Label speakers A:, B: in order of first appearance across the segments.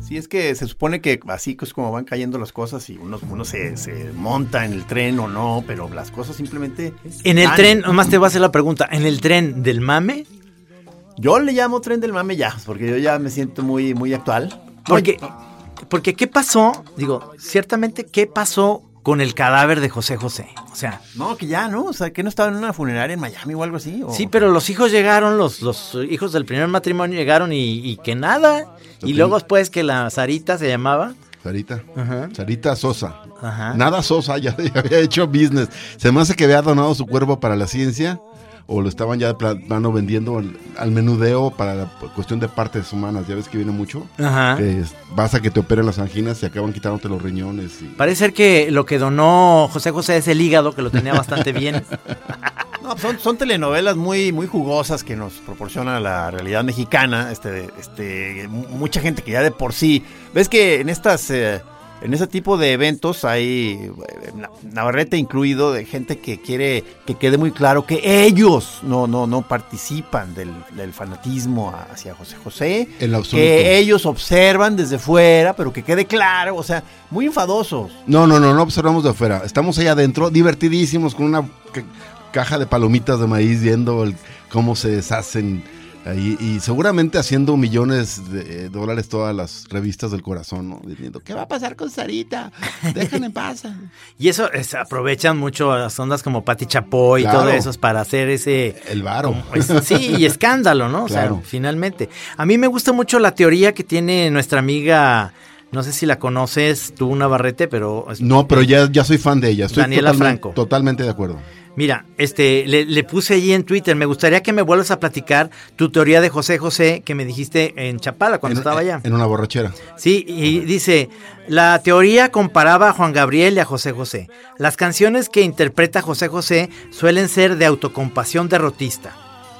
A: Sí, es que se supone que así es como van cayendo las cosas y uno, uno se, se monta en el tren o no, pero las cosas simplemente...
B: En el
A: van.
B: tren, nomás te voy a hacer la pregunta, ¿en el tren del mame?
A: Yo le llamo tren del mame ya, porque yo ya me siento muy, muy actual.
B: Porque, porque ¿qué pasó? Digo, ciertamente, ¿qué pasó con el cadáver de José José? O sea,
A: No, que ya, ¿no? O sea, que no estaba en una funeraria en Miami o algo
C: Oh.
A: así. o-
B: sí, pero los hijos llegaron, los, los hijos del primer matrimonio llegaron y, y que nada. Y
C: Ok.
B: luego después que la Sarita se llamaba.
C: Sarita.
B: Ajá. Ah.
C: Sarita Sosa.
B: Ajá.
C: Nada Sosa, ya, ya había hecho business. Se me hace que había donado su cuerpo para la ciencia o lo estaban ya de pla- plano vendiendo al, al menudeo para la p- cuestión de partes humanas. Ya ves que viene mucho.
B: Ajá.
C: Que es- vas a que te operen las anginas y acaban quitándote los riñones. y-
B: Parece ser que lo que donó José José es el hígado, que lo tenía bastante bien.
A: No, pues son, son telenovelas muy, muy jugosas que nos proporciona la realidad mexicana. Este, este, mu- mucha gente que ya de por sí. Ves que en estas. eh, en ese tipo de eventos hay eh, na- Navarrete incluido de gente que quiere que quede muy claro que ellos no, no, no participan del, del fanatismo hacia José José.
C: En lo absoluto.
A: Que ellos observan desde fuera, pero que quede claro, o sea, muy enfadosos.
C: No, no, no, no observamos de afuera. Estamos ahí adentro, divertidísimos, con una ca- caja de palomitas de maíz viendo el- cómo se deshacen ahí y seguramente haciendo millones de eh, dólares todas las revistas del corazón, ¿no? Diciendo, ¿qué va a pasar con Sarita? Déjenme en paz.
B: Y eso es, aprovechan mucho las ondas como Pati Chapoy y
C: Claro.
B: todo eso para hacer ese...
C: El varo.
B: Pues, sí, y escándalo, ¿no? O
C: Claro.
B: sea, finalmente. A mí me gusta mucho la teoría que tiene nuestra amiga, no sé si la conoces tú, Navarrete, pero... es- eh,
C: No, pero ya, ya soy fan de ella. Estoy
B: Daniela
C: totalmen-
B: Franco.
C: Totalmente de acuerdo.
B: Mira, este, le, le puse allí en Twitter, me gustaría que me vuelvas a platicar tu teoría de José José que me dijiste en Chapala cuando
C: En- eh,
B: estaba allá.
C: En una borrachera.
B: Sí, y dice, la teoría comparaba a Juan Gabriel y a José José. Las canciones que interpreta José José suelen ser de autocompasión derrotista.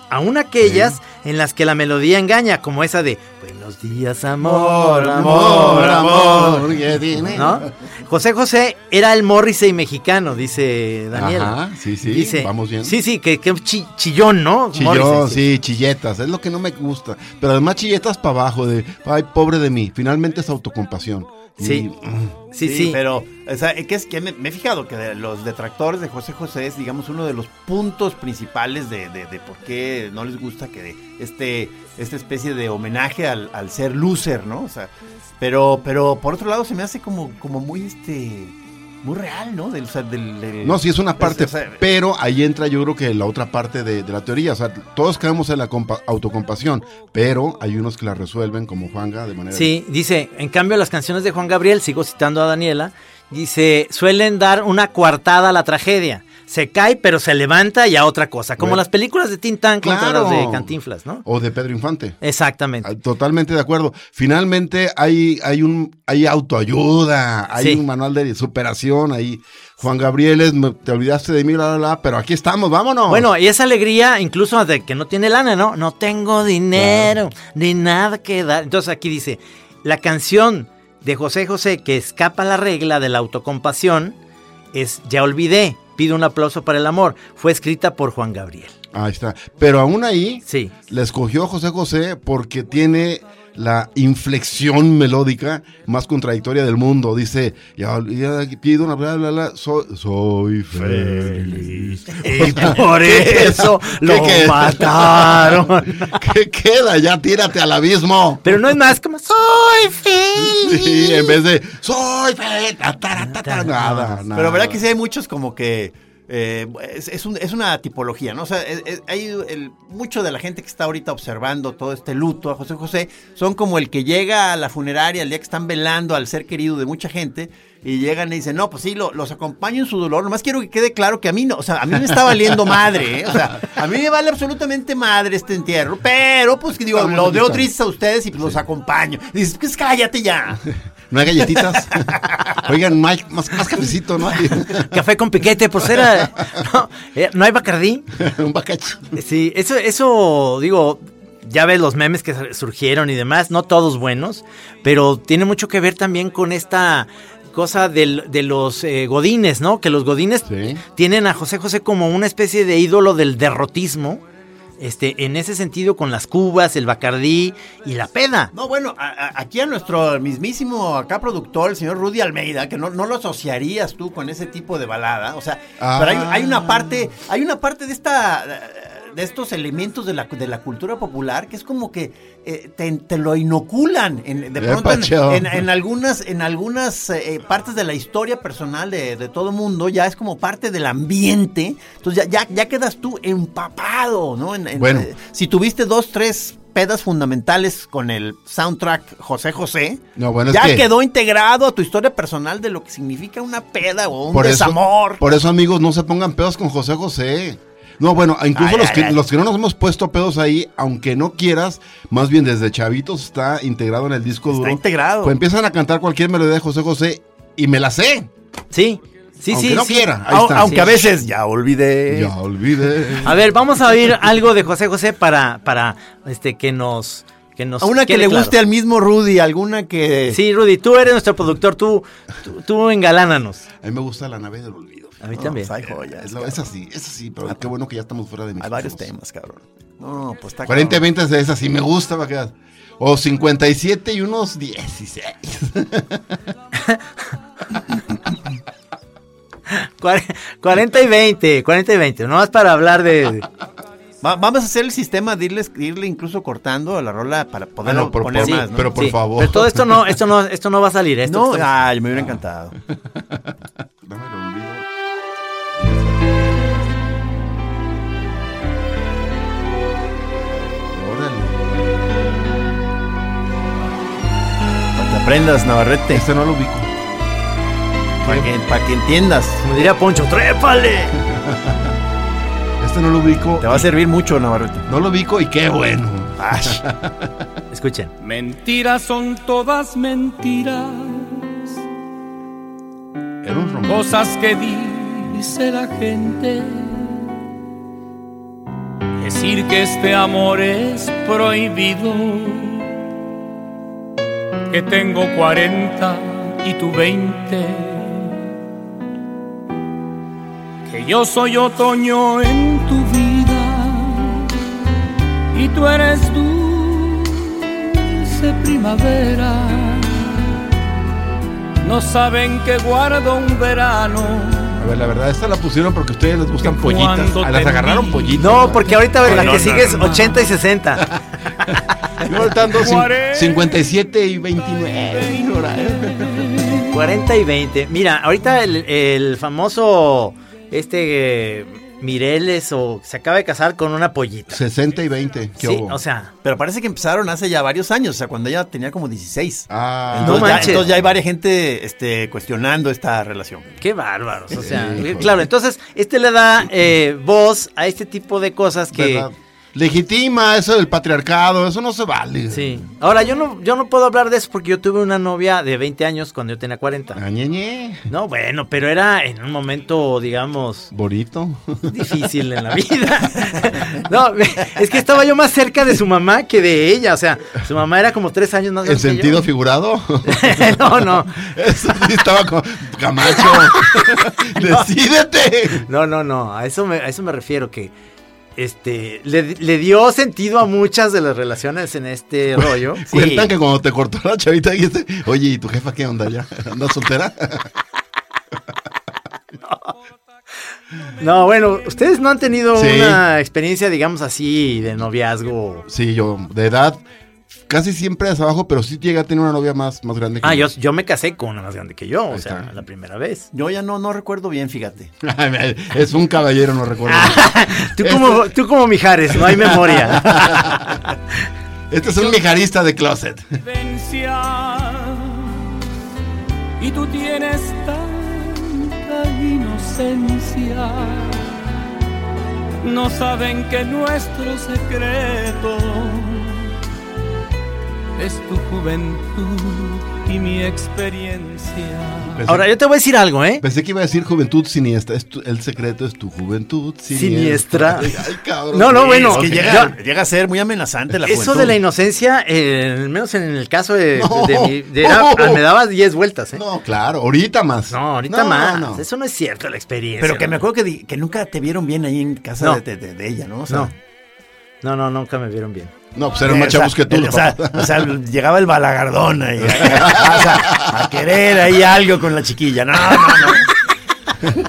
B: Aún aquellas en las que la melodía engaña, como esa de Buenos días, amor, amor, amor.
C: ¿qué tiene?
B: ¿No? José José era el Morrissey mexicano, dice Daniel.
C: Ajá, sí, sí,
B: Dice,
C: vamos bien.
B: Sí, sí, que, que chi- chillón, ¿no?
C: Chillón,
B: Morrissey,
C: sí. chilletas, es lo que no me gusta. Pero además chilletas para abajo, de, ay, pobre de mí. Finalmente es autocompasión. Y-
B: Sí. Sí, sí.
A: Pero, o sea, que es que me, me he fijado que de los detractores de José José es, digamos, uno de los puntos principales de, de- de por qué no les gusta que este, esta especie de homenaje al, al ser loser, ¿no? O sea, pero, pero por otro lado se me hace como, como muy, este, muy real, ¿no? Del, o sea, del- del-
C: No, sí es una parte,
A: o sea,
C: pero ahí entra yo creo que la otra parte de, de la teoría. O sea, todos caemos en la compa- autocompasión, pero hay unos que la resuelven como Juanga de manera...
B: Sí, dice, en cambio las canciones de Juan Gabriel, sigo citando a Daniela, dice, suelen dar una coartada a la tragedia. Se cae, pero se levanta y a otra cosa. Como
C: Bueno.
B: las películas de Tintán contra
C: Claro.
B: las de Cantinflas, ¿no?
C: O de Pedro Infante.
B: Exactamente.
C: Ah, Totalmente de acuerdo. Finalmente hay, hay un hay autoayuda, hay
B: Sí.
C: un manual de superación ahí. Juan Gabriel, es, me- te olvidaste de mí, bla, bla, bla, pero aquí estamos, vámonos.
B: Bueno, y esa alegría, incluso de que no tiene lana, ¿no? No tengo dinero, ni nada que dar. Entonces aquí dice, la canción de José José que escapa la regla de la autocompasión es Ya olvidé, pido un aplauso para el amor. Fue escrita por Juan Gabriel.
C: Ahí está. Pero aún ahí,
B: Sí.
C: la escogió José José porque tiene la inflexión melódica más contradictoria del mundo. Dice, ya, ya pido una bla, bla, bla, soy, soy feliz.
B: Y por eso lo
C: ¿Qué queda?
B: mataron.
C: ¿Qué queda? Ya tírate al abismo.
B: Pero no es más como soy feliz.
C: Sí, en vez de soy feliz. ta, ta, ta, ta, Nada, nada.
A: Pero verdad que sí hay muchos como que... eh, es, es un- es una tipología, ¿no? O sea, es- es- hay el- mucho de la gente que está ahorita observando todo este luto a José José, son como el que llega a la funeraria el día que están velando al ser querido de mucha gente y llegan y dicen, no, pues sí, lo- los acompaño en su dolor, nomás quiero que quede claro que a mí no, o sea, a mí me está valiendo madre, ¿eh? o sea, a mí me vale absolutamente madre este entierro, pero pues que digo,
C: Estamos
A: los veo
C: invitando.
A: tristes a ustedes y pues los acompaño. Y dices, pues cállate ya.
C: ¿No hay galletitas? Oigan, Mike, más, más cafecito, ¿no?
B: Café con piquete, pues era. No, eh, ¿no hay Bacardí.
C: Un bacacho.
B: Sí, eso, eso, digo, ya ves los memes que surgieron y demás, no todos buenos, pero tiene mucho que ver también con esta cosa del- de los eh, godines, ¿no? Que los godines
C: Sí.
B: tienen a José José como una especie de ídolo del derrotismo, este, en ese sentido con las cubas, el bacardí y la peda.
A: No, bueno, a- a- aquí a nuestro mismísimo acá productor, el señor Rudy Almeida, que no, no lo asociarías tú con ese tipo de balada. O sea,
C: Ah.
A: pero hay, hay una parte, hay una parte de esta de estos elementos de la, de la cultura popular que es como que eh, te, te lo inoculan en, de
C: Epa,
A: pronto en-
C: chao.
A: en, en algunas en algunas eh, partes de la historia personal de, de todo mundo ya es como parte del ambiente entonces ya ya, ya quedas tú empapado no En- en-
C: Bueno.
A: eh, si tuviste dos tres pedas fundamentales con el soundtrack José José
C: No, bueno, es
A: ya
C: que-
A: quedó integrado a tu historia personal de lo que significa una peda o un desamor
C: Eso, por eso, amigos, no se pongan pedos con José José. No, bueno, incluso
A: Ay,
C: los,
A: ay,
C: que,
A: ay.
C: los que no nos hemos puesto pedos ahí, aunque no quieras, más bien desde chavitos está integrado en el disco
A: Está
C: duro.
A: integrado.
C: Pues empiezan a cantar cualquier melodía de José José y me la sé.
B: Sí, sí,
C: Aunque
B: sí.
C: no
B: sí.
C: quiera, ahí
A: Au-
C: está.
A: aunque
C: Sí.
A: a veces ya olvidé
C: Ya olvidé.
A: Ah.
B: A ver, vamos a oír algo de José José para, para este, que nos... Que nos
A: A una que
B: quede
A: le
B: claro.
A: guste al mismo Rudy, alguna que.
B: Sí, Rudy, tú eres nuestro productor, tú, tú, tú engalánanos.
C: A mí me gusta la nave del olvido.
B: A mí
A: No,
B: también.
A: pues hay joyas,
C: Es, la- es así, es así, pero qué bueno que ya estamos fuera de mi
A: Hay varios temas, cabrón. No, pues está.
C: 40 y
A: cabrón.
C: 20 de esas sí me gusta, va a quedar. O 57 y unos 16.
B: 40 y 20, 40 y 20, nomás para hablar de...
A: Va- vamos a hacer el sistema de irles- irle incluso cortando a la rola para
C: Ah,
A: poder
C: no, por-
A: poner
C: por-
A: más. ¿no?
C: pero por
B: Sí,
C: favor.
B: Pero todo esto no, esto no, esto no va a salir. Esto,
A: No,
B: esto-
A: ay,
C: Ah.
A: me hubiera encantado.
C: Dame el olvido. Órale.
A: Para que aprendas, Navarrete.
C: Este no lo ubico.
A: Para que, para que entiendas.
B: como diría Poncho, ¡trépale!
C: Este no lo ubico.
A: Te va a servir mucho, Navarrete.
C: No lo ubico y qué bueno. Ah,
B: Escuchen.
D: Mentiras son todas mentiras,
C: Era un romance.
D: cosas que dice la gente. Decir que este amor es prohibido, que tengo 40 y tú 20, que yo soy otoño en tu vida y tú eres dulce primavera. No saben que guardo un verano.
C: A ver, la verdad, esta la pusieron porque a ustedes les gustan
D: Que
C: pollitas.
D: cuando
C: Ah, las
D: te
C: agarraron
D: vi-
C: pollitas.
B: No,
C: ¿verdad?
B: porque ahorita la
D: No,
B: que
D: no,
B: sigue es
D: no.
B: 80 y 60.
C: Yo ahorita ando cin-
D: Cuarenta.
C: 57 y 29. órale.
B: 40 y 20. Mira, ahorita el, el famoso, este, eh, Mireles o se acaba de casar con una pollita.
C: 60 y 20. ¿Qué
B: Sí,
C: hubo?
B: o sea,
A: Pero parece que empezaron hace ya varios años, o sea, cuando ella tenía como 16.
C: Ah,
A: Entonces,
B: no
A: ya,
B: manches.
A: entonces ya hay varias gente este, cuestionando esta relación.
B: Qué bárbaros, o sea, eh,
C: Híjole.
B: claro, entonces este le da eh, voz a este tipo de cosas que
C: ¿verdad? Legitima eso del patriarcado, eso no se vale.
B: sí. Ahora yo no yo no puedo hablar de eso porque yo tuve una novia de 20 años cuando yo tenía 40.
C: Ah, ñe, ñe.
B: No, bueno, pero era en un momento, digamos,
C: Bonito.
B: difícil en la vida. No, es que estaba yo más cerca de su mamá que de ella, o sea, su mamá era como tres años más
C: ¿En
B: grande que
C: sentido
B: yo.
C: figurado?
B: no, no.
C: Eso sí estaba con Camacho. ¡Decídete!
B: No, no, no, a eso me, a eso me refiero, que este, le, le dio sentido a muchas de las relaciones en este rollo.
A: Sí.
C: Cuentan que cuando te cortó la chavita dijiste, oye, ¿y tu jefa qué onda ya? ¿Andas soltera?
B: No, bueno, ustedes no han tenido
C: Sí.
B: una experiencia, digamos así, de noviazgo.
C: Sí, yo, de edad, casi siempre es abajo, pero sí llega a tener una novia más, más grande que
B: Ah, yo, yo me casé con una más grande que yo, o
C: Ahí
B: sea,
C: está.
B: la primera vez.
A: Yo ya no, no recuerdo bien, fíjate.
C: es un caballero, no recuerdo.
B: Ah. Tú como, tú como Mijares, no hay memoria.
C: Este es un mijarista de closet.
D: vivencias y tú tienes tanta inocencia. No saben que nuestro secreto es tu juventud y mi experiencia.
C: Pensé-
B: Ahora, yo te voy a decir algo, ¿eh?
C: Pensé que iba a decir juventud siniestra. Es tu- el secreto es tu juventud siniestra.
B: Siniestra.
C: Ay, cabrón.
B: No, no, bueno,
C: ok.
A: que
B: llega-
A: llega, llega a ser muy amenazante la
B: Eso
A: juventud.
B: de la inocencia, eh, al menos en el caso de,
C: No.
B: de mi- de- era-
C: No.
B: me daba 10 vueltas, ¿eh? No,
C: No, claro, ahorita más.
B: ahorita
C: No,
B: más.
C: no.
B: Eso no es cierto, la experiencia.
A: Pero que me acuerdo que, di- que nunca te vieron bien ahí en casa
B: No.
A: de, de- de ella, ¿no? O sea, eh,
B: No. No, no, nunca me vieron bien.
C: No, pues eran más
A: o sea,
C: chavos que tú.
A: O sea,
C: papá.
A: o sea, llegaba el balagardón ahí, a, a- a querer ahí algo con la chiquilla. No, no, no.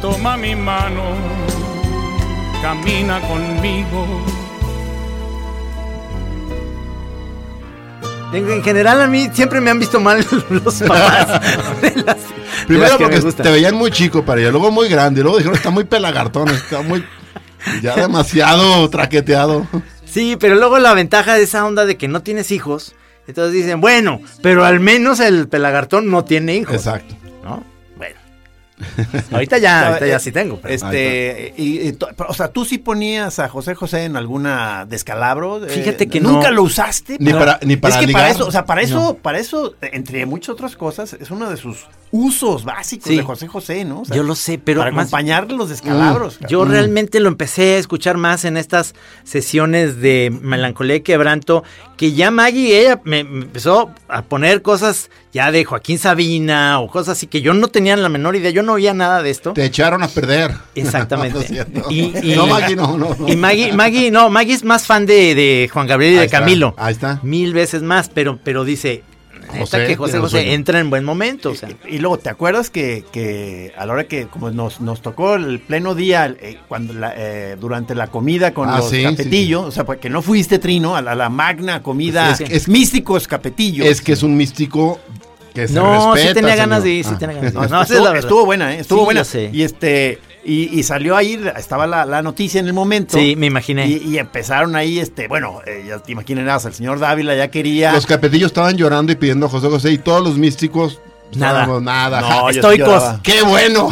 D: Toma mi mano, camina conmigo.
B: En, en general, a mí siempre me han visto mal los papás. de las- de las
C: Primero
B: que me
C: porque
B: gustan.
C: te veían muy chico para ella, luego muy grande, y luego dijeron está muy pelagartón, está muy ya demasiado traqueteado.
B: Sí, pero luego la ventaja de esa onda de que no tienes hijos. Entonces dicen, bueno, pero al menos el pelagartón no tiene hijos.
C: Exacto.
B: ¿No? Bueno. Ahorita ya, Ah, ahorita ya sí tengo. pero-
A: Este, y, y to- pero, o sea, tú sí ponías a José José en alguna descalabro. eh,
B: Fíjate que
A: nunca
B: no.
A: lo usaste.
C: Ni para- ni para
A: Es que para
C: ligar.
A: eso, o sea, para eso,
B: No.
A: para eso, entre muchas otras cosas, es uno de sus usos básicos
B: Sí.
A: de José José, ¿no? O sea,
B: Yo lo sé, pero
A: para
B: más-
A: acompañar los descalabros. cabrón.
C: Mm.
B: Yo realmente lo empecé a escuchar más en estas sesiones de melancolía y quebranto, que ya Maggie, ella me me empezó a poner cosas ya de Joaquín Sabina o cosas así que yo no tenía la menor idea, yo no oía nada de esto.
C: Te echaron a perder.
B: Exactamente.
C: No, es cierto.
B: Y- y-
C: No, Maggie, no, no, no.
B: Y Maggie, Maggie, no, Maggie es más fan de, de Juan Gabriel y
C: Ahí
B: de
C: está,
B: Camilo.
C: ahí está.
B: Mil veces más, pero, pero dice, neta
C: José,
B: que José
C: tiene
B: José
C: sueño.
B: entra en buen momento. o sea.
A: Y, y luego, ¿te acuerdas que, que a la hora que como nos, nos tocó el pleno día, eh, cuando la- eh, durante la comida con
C: Ah,
A: los
C: sí, Pues
A: capetillos, o sea, porque no fuiste trino a la, a la magna comida
C: Es que- es-
A: místicos capetillos?
C: Es que es un místico que se
B: No, sí
C: respeta.
B: tenía
C: señor.
B: ganas de ir, sí
C: Ah.
B: tenía ganas de
A: No,
B: ir. No, esa es
A: estuvo,
B: la verdad.
A: estuvo buena, ¿eh? estuvo
B: Sí,
A: buena.
B: yo sé.
A: Y este y, y salió ahí, estaba la, la noticia en el momento.
B: Sí, me imaginé.
A: Y, y empezaron ahí, este, bueno, eh, ya te imaginarás, el señor Dávila ya quería.
C: Los capetillos estaban llorando y pidiendo a José José y todos los místicos
B: Nada.
C: estábamos, nada.
A: No, yo sí
B: Estoicos.
A: lloraba.
C: Qué bueno.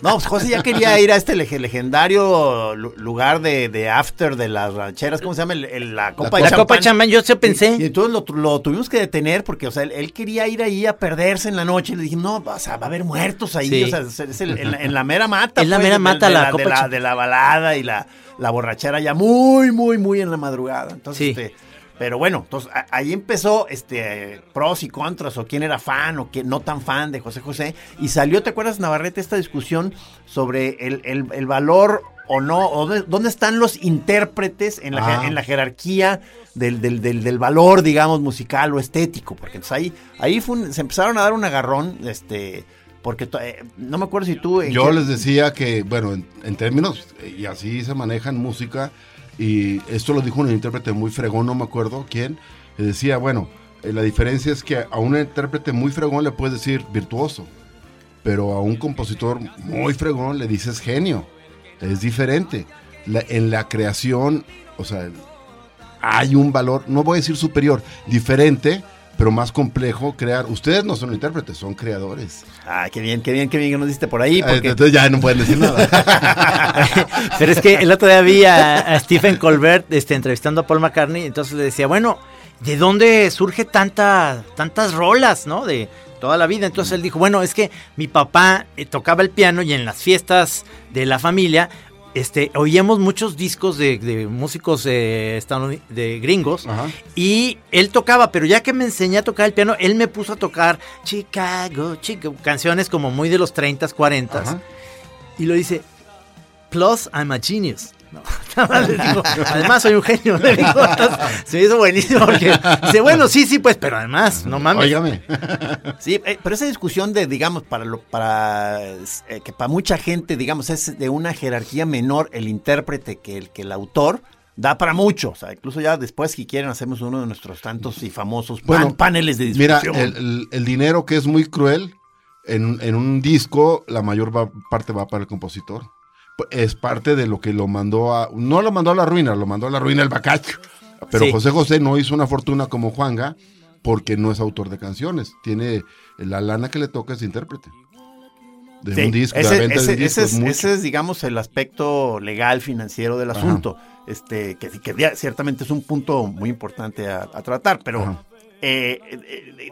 A: No, pues José ya quería ir a este lege- legendario lu- lugar de, de after de las rancheras, ¿cómo se llama? El- el- la copa
C: pues,
A: de
B: la Copa Chamán,
A: champán.
B: yo sí pensé.
A: Y, y entonces lo, tu- lo tuvimos que detener porque, o sea, él, él quería ir ahí a perderse en la noche. Y le dije, no, o sea, va a haber muertos ahí.
B: Sí.
A: O sea, es, es el- en, la- en la mera mata. pues,
B: Es la mera
A: de-
B: mata
A: de
B: la
A: de
B: Copa
A: de la,
B: Cham-
A: de la balada y la, la borrachera ya muy, muy, muy en la madrugada. Entonces,
B: Sí.
A: este, pero bueno, entonces a- ahí empezó este eh, pros y contras, o quién era fan, o quién no tan fan de José José. Y salió, ¿te acuerdas, Navarrete, esta discusión sobre el, el- el valor o no, o de- dónde están los intérpretes en la, jer-
C: Ah.
A: en la jerarquía del, del- del- del valor, digamos, musical o estético? Porque entonces ahí, ahí fue un- se empezaron a dar un agarrón, este. Porque to- eh, no me acuerdo si tú. en
C: Yo
A: qué-
C: les decía que, bueno, en, en términos, eh, y así se maneja en música, y esto lo dijo un intérprete muy fregón, no me acuerdo quién, que decía, bueno, eh, la diferencia es que a un intérprete muy fregón le puedes decir virtuoso, pero a un compositor muy fregón le dices genio, es diferente. La- en la creación, o sea, hay un valor, no voy a decir superior, diferente, pero más complejo crear. Ustedes no son intérpretes, son creadores.
A: Ah, qué bien, qué bien, qué bien que nos diste por ahí.
C: Eh,
A: Porque
C: Entonces ya no pueden decir nada.
B: Pero es que el otro día vi a, a Stephen Colbert este, entrevistando a Paul McCartney, entonces le decía, bueno, ¿de dónde surge tanta, tantas rolas, no? De toda la vida. Entonces él dijo, bueno, es que mi papá eh, tocaba el piano y en las fiestas de la familia... Este, oíamos muchos discos de, de músicos eh, estadouni- de gringos
C: Ajá.
B: y él tocaba, pero ya que me enseñé a tocar el piano, él me puso a tocar Chicago, Chicago, canciones como muy de los 30s, 40s.
C: Ajá.
B: Y lo dice, plus I'm a genius. No, nada más le digo, además soy un genio. le digo, entonces, se me hizo buenísimo porque dice, bueno, sí, sí, pues, pero además, no mames.
C: Óigame.
A: Sí, eh, pero esa discusión de, digamos, para lo, para eh, que para mucha gente, digamos, es de una jerarquía menor el intérprete que el que el autor da para mucho. O sea, incluso ya después si quieren hacemos uno de nuestros tantos y famosos pan-
C: Bueno,
A: paneles de
C: Mira,
A: discusión.
C: el, el- el dinero que es muy cruel, en, en un disco la mayor va- parte va para el compositor. P- Es parte de lo que lo mandó a... No lo mandó a la ruina, lo mandó a la ruina el bacacho. Pero
B: Sí.
C: José José no hizo una fortuna como Juanga porque no es autor de canciones. Tiene la lana que le toca es intérprete. De
A: Sí,
C: un disco, de la
A: ese,
C: venta de
A: ese-
C: discos,
A: ese es,
C: mucho.
A: ese es, digamos, el aspecto legal, financiero del
C: Ajá.
A: asunto. Este, que, que ya ciertamente es un punto muy importante a, a tratar, pero.
C: Ajá.
A: eh,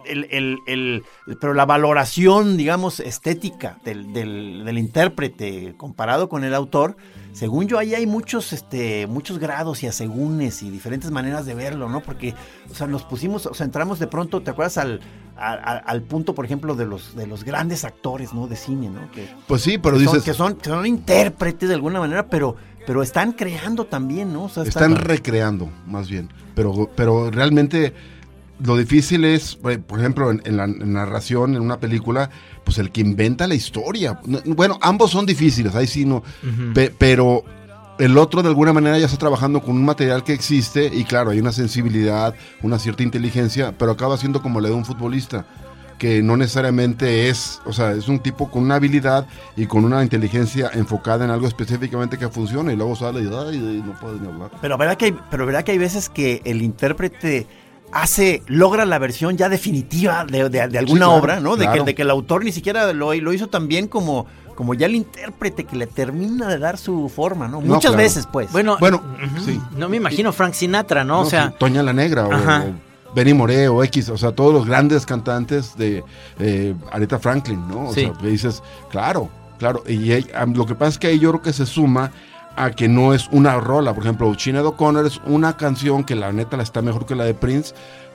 A: el- el- el- el- pero la valoración, digamos, estética del, del- del intérprete comparado con el autor, según yo, ahí hay muchos, este, muchos grados y asegúnes y diferentes maneras de verlo, ¿no? Porque, o sea, nos pusimos, o sea, entramos de pronto, ¿te acuerdas al, a- a- al punto, por ejemplo, de los, de los grandes actores, ¿no? De cine, ¿no? Que,
C: Pues sí, pero
A: que son-
C: dices...
A: que son, que son intérpretes de alguna manera, pero, pero están creando también, ¿no? O sea,
C: Están recreando, más bien. Pero, pero realmente lo difícil es, eh, por ejemplo, en, en la narración, en una película, pues el que inventa la historia. No, Bueno, ambos son difíciles, ahí sí no. Pe- pero el otro de alguna manera ya está trabajando con un material que existe y claro, hay una sensibilidad, una cierta inteligencia, pero acaba siendo como la de un futbolista que no necesariamente es, o sea, es un tipo con una habilidad y con una inteligencia enfocada en algo específicamente que funciona y luego sale y, ay, no puedes ni hablar.
A: Pero verdad que hay, pero verdad que hay veces que el intérprete hace, logra la versión ya definitiva de, de- de alguna
C: claro,
A: obra, ¿no? De,
C: claro.
A: que, de que el autor ni siquiera lo, lo hizo tan bien como, como ya el intérprete que le termina de dar su forma, ¿no?
C: No,
A: Muchas
C: claro.
A: veces, pues.
B: Bueno,
C: Bueno,
B: ujú,
C: sí.
B: no me imagino Frank Sinatra, ¿no?
C: No,
B: o sea,
C: sí, Toña la Negra o,
B: Ajá.
C: o Benny Moré o X, o sea, todos los grandes cantantes de eh, Aretha Franklin, ¿no? O
B: Sí.
C: sea, que dices, claro, claro. Y ahí, am, lo que pasa es que ahí yo creo que se suma a que no es una rola. Por ejemplo, China O'Connor es una canción que la neta la está mejor que la de Prince,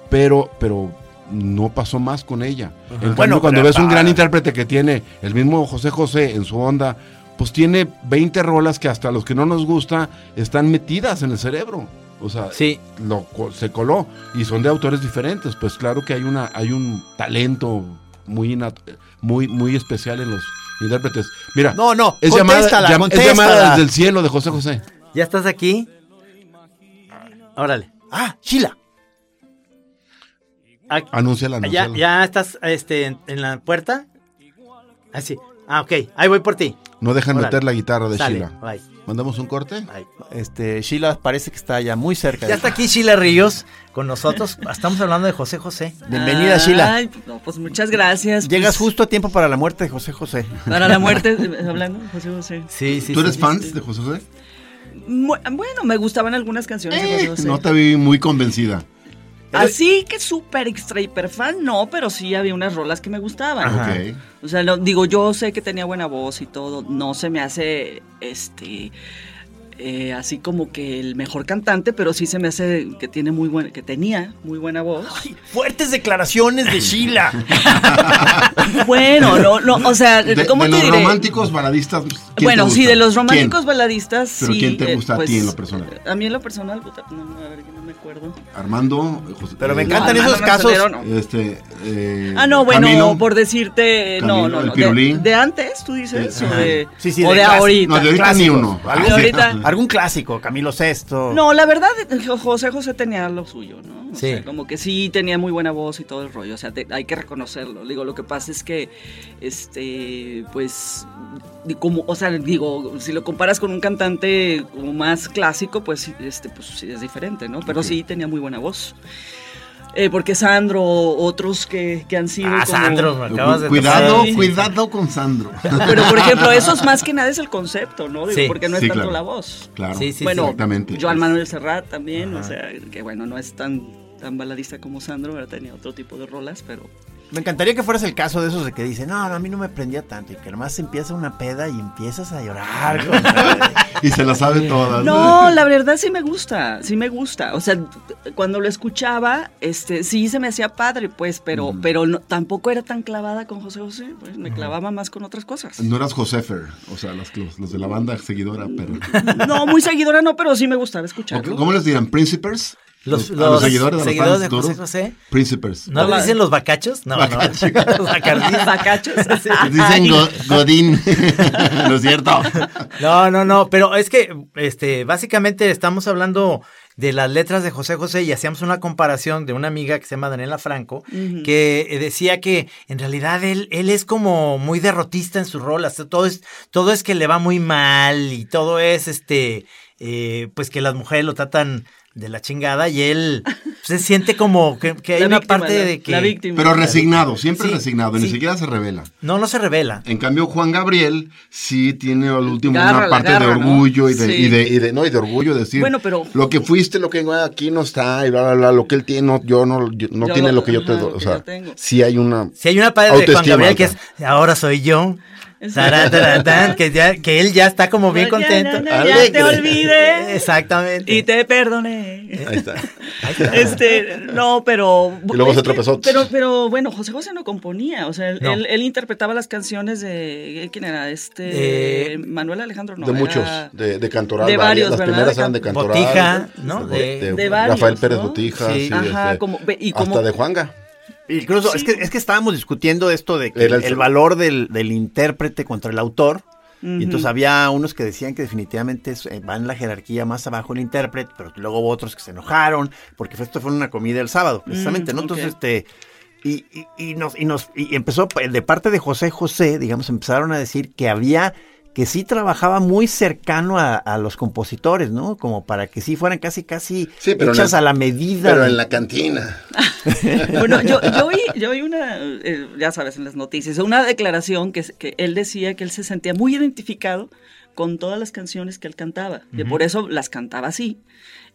C: pero, pero no pasó más con ella. En cambio,
A: Bueno,
C: cuando
A: pero
C: ves un
A: pa-
C: gran intérprete que tiene el mismo José José en su onda, pues tiene 20 rolas que hasta los que no nos gusta están metidas en el cerebro. O sea,
B: sí.
C: lo co- se coló y son de autores diferentes, pues claro que hay una hay un talento muy innato- muy muy especial en los intérpretes. Mira,
A: no, no,
C: es llamada,
A: contéstala,
C: llam- es
A: contéstala.
C: llamada desde el cielo de José José.
B: ¿Ya estás aquí? Órale.
A: Ah, Sheila.
B: Ah,
C: Anúnciala,
B: ¿Ya,
C: anúnciala.
B: ya estás este, en, en la puerta? Así. Ah, ok. Ahí voy por ti.
C: No dejan
B: Órale.
C: meter la guitarra de
B: Sale.
C: Sheila.
B: Bye.
C: ¿Mandamos un corte?
B: Bye.
A: Este, Sheila parece que está ya muy cerca.
B: Ya
A: de-
B: está aquí Sheila Ríos con nosotros. Estamos hablando de José José.
E: Ah,
A: Bienvenida, Sheila.
E: Ay, no, pues muchas gracias.
A: Llegas
E: Pues,
A: justo a tiempo para la muerte de José José.
E: Para la muerte, eh, hablando, José José.
B: Sí, sí.
C: ¿Tú
B: sí.
C: eres fans de José José?
E: Mu- bueno, me gustaban algunas canciones de José José.
C: Eh, No te vi muy convencida.
E: Así que súper extra hiper fan, no, pero sí había unas rolas que me gustaban.
C: Ok.
E: O sea, lo- digo, yo sé que tenía buena voz y todo, no se me hace este eh, así como que el mejor cantante, pero sí se me hace que tiene muy buena, que tenía muy buena voz.
A: Fuertes declaraciones de Sheila.
E: Bueno, no, no, o sea,
C: De,
E: Este, ¿cómo
C: de
E: te
C: los
E: diré?
C: románticos baladistas. ¿quién te
E: Bueno, sí,
C: gusta?
E: de los románticos
C: ¿Quién?
E: baladistas.
C: ¿Pero
E: sí,
C: quién te
E: eh,
C: gusta a ti
E: pues,
C: en lo personal?
E: A mí en lo personal, puta, no, a ver, yo no me acuerdo.
C: Armando, José.
A: Pero me
C: eh,
A: encantan
E: No,
A: esos
E: Armando
A: casos.
E: Manzanero, no.
C: Este, eh,
E: Ah, no, bueno,
C: Camilo.
E: por decirte,
C: Camilo,
E: no, no,
C: el
E: no, de,
C: pirulín.
E: de antes, tú dices,
C: Ajá.
E: o de,
A: Sí, sí,
E: o de,
A: clas-
E: ahorita.
C: No, de ahorita ni
A: clásicos.
C: uno.
A: Algún,
E: De ahorita.
A: algún clásico, Camilo VI.
E: No, la verdad, Jo- José José tenía lo suyo, ¿no? O
B: Sí.
E: sea, como que sí tenía muy buena voz y todo el rollo. O sea, te- hay que reconocerlo. Digo, lo que pasa es que, este, pues, di- como, o sea, digo, si lo comparas con un cantante como más clásico, pues, sí, este, pues sí es diferente, ¿no? Pero sí tenía muy buena voz. Eh, porque Sandro, otros que, que han sido.
B: Ah,
E: como-
B: Sandro, me acabas de
C: Cuidado,
E: Sí.
C: cuidado con Sandro.
E: Pero, por ejemplo, eso es más que nada es el concepto, ¿no? Digo,
B: Sí.
E: porque no es
C: Sí,
E: tanto
C: claro.
E: la voz.
C: Claro,
B: Sí, sí,
E: bueno,
C: exactamente.
E: Joan Manuel Serrat también, o sea, que bueno, no es tan, tan baladista como Sandro, pero tenía otro tipo de rolas, pero
A: Me encantaría que fueras el caso de esos de que dicen, no, no, a mí no me prendía tanto. Y que nomás empieza una peda y empiezas a llorar. compadre.
C: Y se la sabe todas.
E: No, la verdad sí me gusta, sí me gusta. O sea, cuando lo escuchaba, este, sí se me hacía padre, pues, pero, pero no- tampoco era tan clavada con José José, pues, me clavaba más con otras cosas.
C: No eras Josefer, o sea, las, los, los de la banda seguidora, pero.
E: No, muy seguidora no, pero sí me gustaba escucharlo.
C: ¿Cómo les dirán? ¿Principers?
B: Los,
C: a
B: los
C: seguidores, a los
B: seguidores
C: fans
B: de
C: duros.
B: José José.
C: Principers.
B: ¿No le dicen los bacachos? No,
C: Bacacho.
B: no. Los bacardistas.
E: Bacachos. sí.
C: Les Dicen Go- Godín. ¿No es cierto?
B: No, no, no, pero es que este, básicamente estamos hablando de las letras de José José y hacíamos una comparación de una amiga que se llama Daniela Franco, que eh, decía que en realidad él, él es como muy derrotista en sus rolas, todo es, todo es que le va muy mal y todo es este, eh, pues que las mujeres lo tratan de la chingada y él se siente como que, que hay
E: La
B: una
E: víctima,
B: parte
E: la-
B: de que...
E: La víctima.
C: Pero resignado, siempre
B: Sí,
C: resignado, ni
B: sí.
C: siquiera se revela.
B: No, no se revela.
C: En cambio, Juan Gabriel sí tiene al último
E: Garra,
C: una
E: la
C: parte de
E: garra, ¿no?
C: orgullo y, de,
E: Sí.
C: y, de, y de- no, y de orgullo decir
E: Bueno, pero-
C: lo que fuiste, lo que ah, aquí no está, y bla, bla, bla, lo que él tiene, no, yo no, yo- no
E: Yo
C: tiene
E: lo-
C: lo que yo te
E: ajá,
C: doy.
E: lo
C: O
E: que
C: sea,
E: yo tengo.
C: sí hay una.
B: Si hay una padre de Juan
C: Autoestima
B: Gabriel que
C: alta.
B: es ahora soy yo.
E: Exacto.
B: Tarán, tarán, tarán, que, ya, que él ya está como bien
E: No, ya,
B: contento.
E: no, no,
C: ya
B: Alegre.
C: te
E: olvidé.
B: Exactamente.
E: Y te perdoné.
C: Ahí está.
E: Este, no, pero.
C: Y luego se
E: es que-
C: tropezó.
E: Pero, pero bueno, José José no componía. O sea, él,
B: No.
E: él- él interpretaba las canciones de. ¿eh? ¿Quién era? Este.
B: De-
E: Manuel Alejandro, no.
C: de
E: era-
C: muchos, de, de Cantoral.
E: de
C: varias,
E: varios,
C: las
E: ¿verdad?
C: primeras
E: De
C: eran de
E: Can-
C: Cantoral.
B: Botija, ¿no?
C: De,
B: De-
C: de
E: de varios,
C: Rafael Pérez
E: ¿no?
C: Botija.
B: Sí.
C: sí,
E: Ajá,
C: este,
E: como- ve- y como-
C: Hasta de Juanga.
A: Incluso, es, que, es que estábamos discutiendo esto de que
C: Era
A: el,
C: el-
A: valor del, del intérprete contra el autor.
E: Ujú.
A: Y entonces había unos que decían que definitivamente es- eh, va en la jerarquía más abajo el intérprete, pero luego hubo otros que se enojaron, porque esto fue una comida el sábado, precisamente,
E: Mm,
A: ¿no?
E: ok.
A: Entonces, este. Y, y- y nos, y nos y empezó eh, de parte de José José, digamos, empezaron a decir que había que sí trabajaba muy cercano a, a los compositores, ¿no? Como para que sí fueran casi, casi
C: Sí, pero en
A: hechas
C: el-
A: a la medida.
C: Pero
A: de-
C: en la cantina.
E: Bueno, yo, yo, oí, yo oí una, eh, ya sabes, en las noticias, una declaración que, que él decía que él se sentía muy identificado con todas las canciones que él cantaba, que por eso las cantaba así.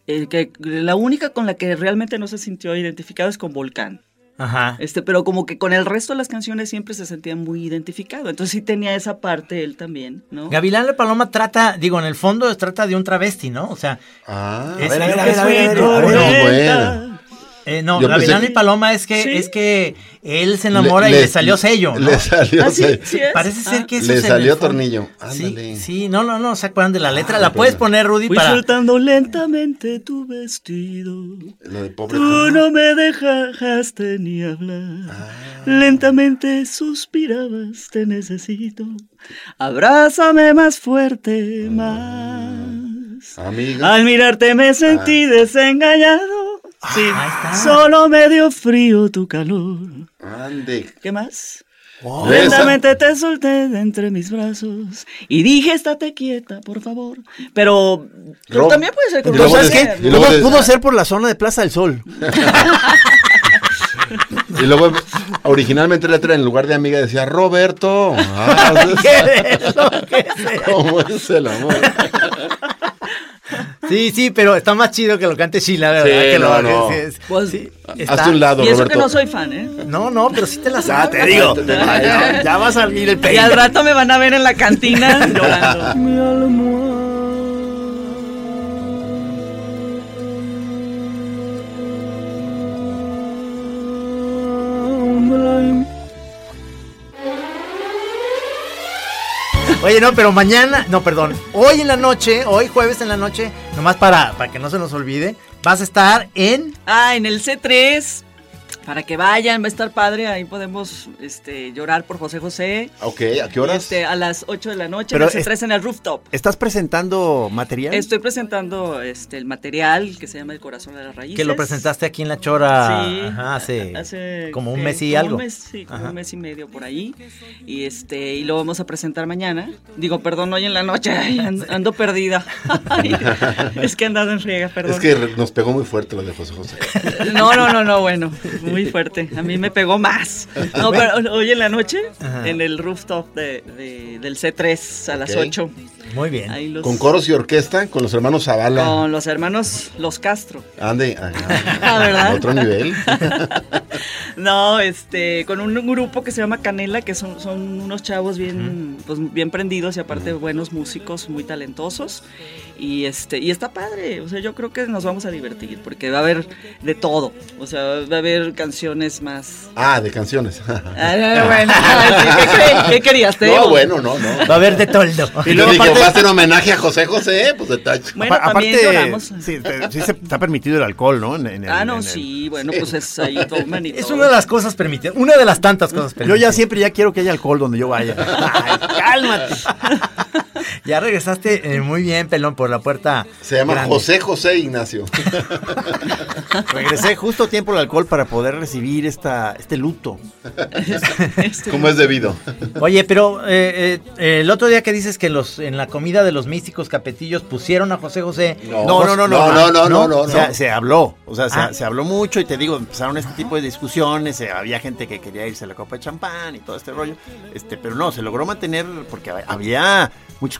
E: Eh, que la única con la que realmente no se sintió identificado es con Volcán.
B: Ajá.
E: Este, pero como que con el resto de las canciones siempre se sentía muy identificado. Entonces sí tenía esa parte él también, ¿no?
B: Gavilán la Paloma trata, digo, en el fondo trata de un travesti, ¿no? O sea,
C: Ah,
B: Es-
C: a ver, a
B: es
C: ver, a
B: que
C: ver, a ver, a ver,
B: soy
C: a ver,
B: tormenta.
C: Ah, bueno.
E: Ah,
B: eh, no,
C: Yo pensé
B: Gavilán
C: que-
B: y Paloma es que
E: Sí.
B: es que él se enamora y le salió sello. ¿no?
C: Le salió
E: Ah, sí,
C: sello.
E: sí es.
B: Parece ser
E: Ah.
B: que eso
C: Le
B: es en
C: salió
B: el fondo.
C: tornillo.
B: Sí,
C: Ándale.
B: sí, no, no, no, ¿se acuerdan de la letra? La
A: Ah,
C: qué
B: puedes
C: pena.
B: poner, Rudy,
E: Fui
B: para...
E: soltando lentamente tu vestido.
C: Lo de pobre.
E: Tú
C: Tom.
E: no me dejaste ni hablar.
C: Ah.
E: Lentamente suspirabas, te necesito. Abrázame más fuerte,
C: Ah.
E: más.
C: Amiga.
E: Al mirarte me sentí desengañado. Sí,
B: ahí está.
E: solo me dio frío tu calor.
C: Ande.
E: ¿Qué más?
C: Oh,
E: Lentamente te solté de entre mis brazos y dije, estate quieta, por favor. Pero, pero
C: Rob-
E: también puede ser que
C: Y
A: Pues,
C: luego
A: ¿sabes
C: de-
A: qué?
C: y luego
A: Pudo-
C: de-
A: pudo ser por la zona de Plaza del Sol.
C: Y luego originalmente la letra en lugar de amiga decía Roberto. Ah, ¿Cómo es el amor?
B: Sí, sí, pero está más chido que lo cante Sheila, ¿verdad?
C: Sí,
B: que
C: no,
B: lo
C: no.
B: sí, sí,
E: Pues,
B: sí, está-
C: Hazte un lado,
E: Y eso
C: Roberto.
E: que no soy fan, ¿eh?
B: No, no, pero sí te la
A: Ah,
B: sabes.
A: te digo. Ya, ya va a salir el
E: Y
A: peine.
E: al rato me van a ver en la cantina llorando. Mi
B: Oye, no, pero mañana, no, perdón, hoy en la noche, hoy jueves en la noche, nomás para, para que no se nos olvide, vas a estar en...
E: Ah, en el C3. Para que vayan, va a estar padre. Ahí podemos este, llorar por José José.
C: Ok, ¿a qué horas?
E: Este, a las 8 de la noche,
A: Pero
E: en el C3 en el rooftop.
A: ¿Estás presentando material?
E: Estoy presentando este, el material que se llama El Corazón de las Raíces.
B: Que lo presentaste aquí en La Chora
E: Sí,
B: ajá, hace,
E: hace,
B: como
E: ¿qué?
B: un mes y
E: Como
B: algo.
E: Un mes, sí, como
B: Ajá.
E: un mes y medio por ahí. Y este y lo vamos a presentar mañana. Digo, perdón, hoy en la noche. Ay, an- ando perdida. Ay, es que he andado en friega, perdón.
C: Es que re- nos pegó muy fuerte lo de José José.
E: No, no, no, no, bueno, muy fuerte. A mí me pegó más. No, pero hoy en la noche,
B: Ajá.
E: en el rooftop de- de- del C3 a las
C: Ok.
E: 8.
B: Muy bien.
E: Ahí los,
C: Con coros y orquesta, con los hermanos Zavala.
E: con los hermanos Los Castro.
C: Ande. ah,
E: Ah, ¿verdad?
C: a Otro nivel.
E: No, este, con un grupo que se llama Canela, que son, son unos chavos bien, pues, bien prendidos y aparte buenos músicos, muy talentosos. Y este, y está padre. O sea, yo creo que nos vamos a divertir, porque va a haber de todo. O sea, va a haber canciones más.
C: Ah, de canciones.
E: Ah, no, bueno, ¿qué, qué- qué querías? Te
C: no,
E: digo.
C: bueno, no, no.
B: Va a haber de toldo.
C: Y luego dije, ¿vas a hacer homenaje a José José? Pues de tacho.
E: Bueno,
A: Apa-
E: también lloramos.
A: sí, te- sí se- está permitido el alcohol, ¿no? En- en el-
E: Ah,
A: en
E: no,
A: el-
E: sí, bueno, pues es ahí toman y
B: Es
E: todo.
B: una de las cosas permitidas, una de las tantas cosas
A: Yo
B: permitidas.
A: ya siempre ya quiero que haya alcohol donde yo vaya. Ay, cálmate.
B: Ya regresaste eh, muy bien, pelón, por la puerta.
C: Se llama
B: grande.
C: José José Ignacio.
A: Regresé justo a tiempo el alcohol para poder recibir esta, este luto.
E: Este,
C: ¿Cómo es debido?
B: Oye, pero eh, eh, el otro día que dices que los en la comida de los místicos capetillos pusieron a José José.
C: No, no, no, no, no, no, no, no,
A: Se,
C: no.
A: se habló, o sea, se-
B: Ah.
A: se, habló mucho y te digo, empezaron este tipo de discusiones, eh, había gente que quería irse a la copa de champán y todo este rollo, este, pero no, se logró mantener porque hab- había muchas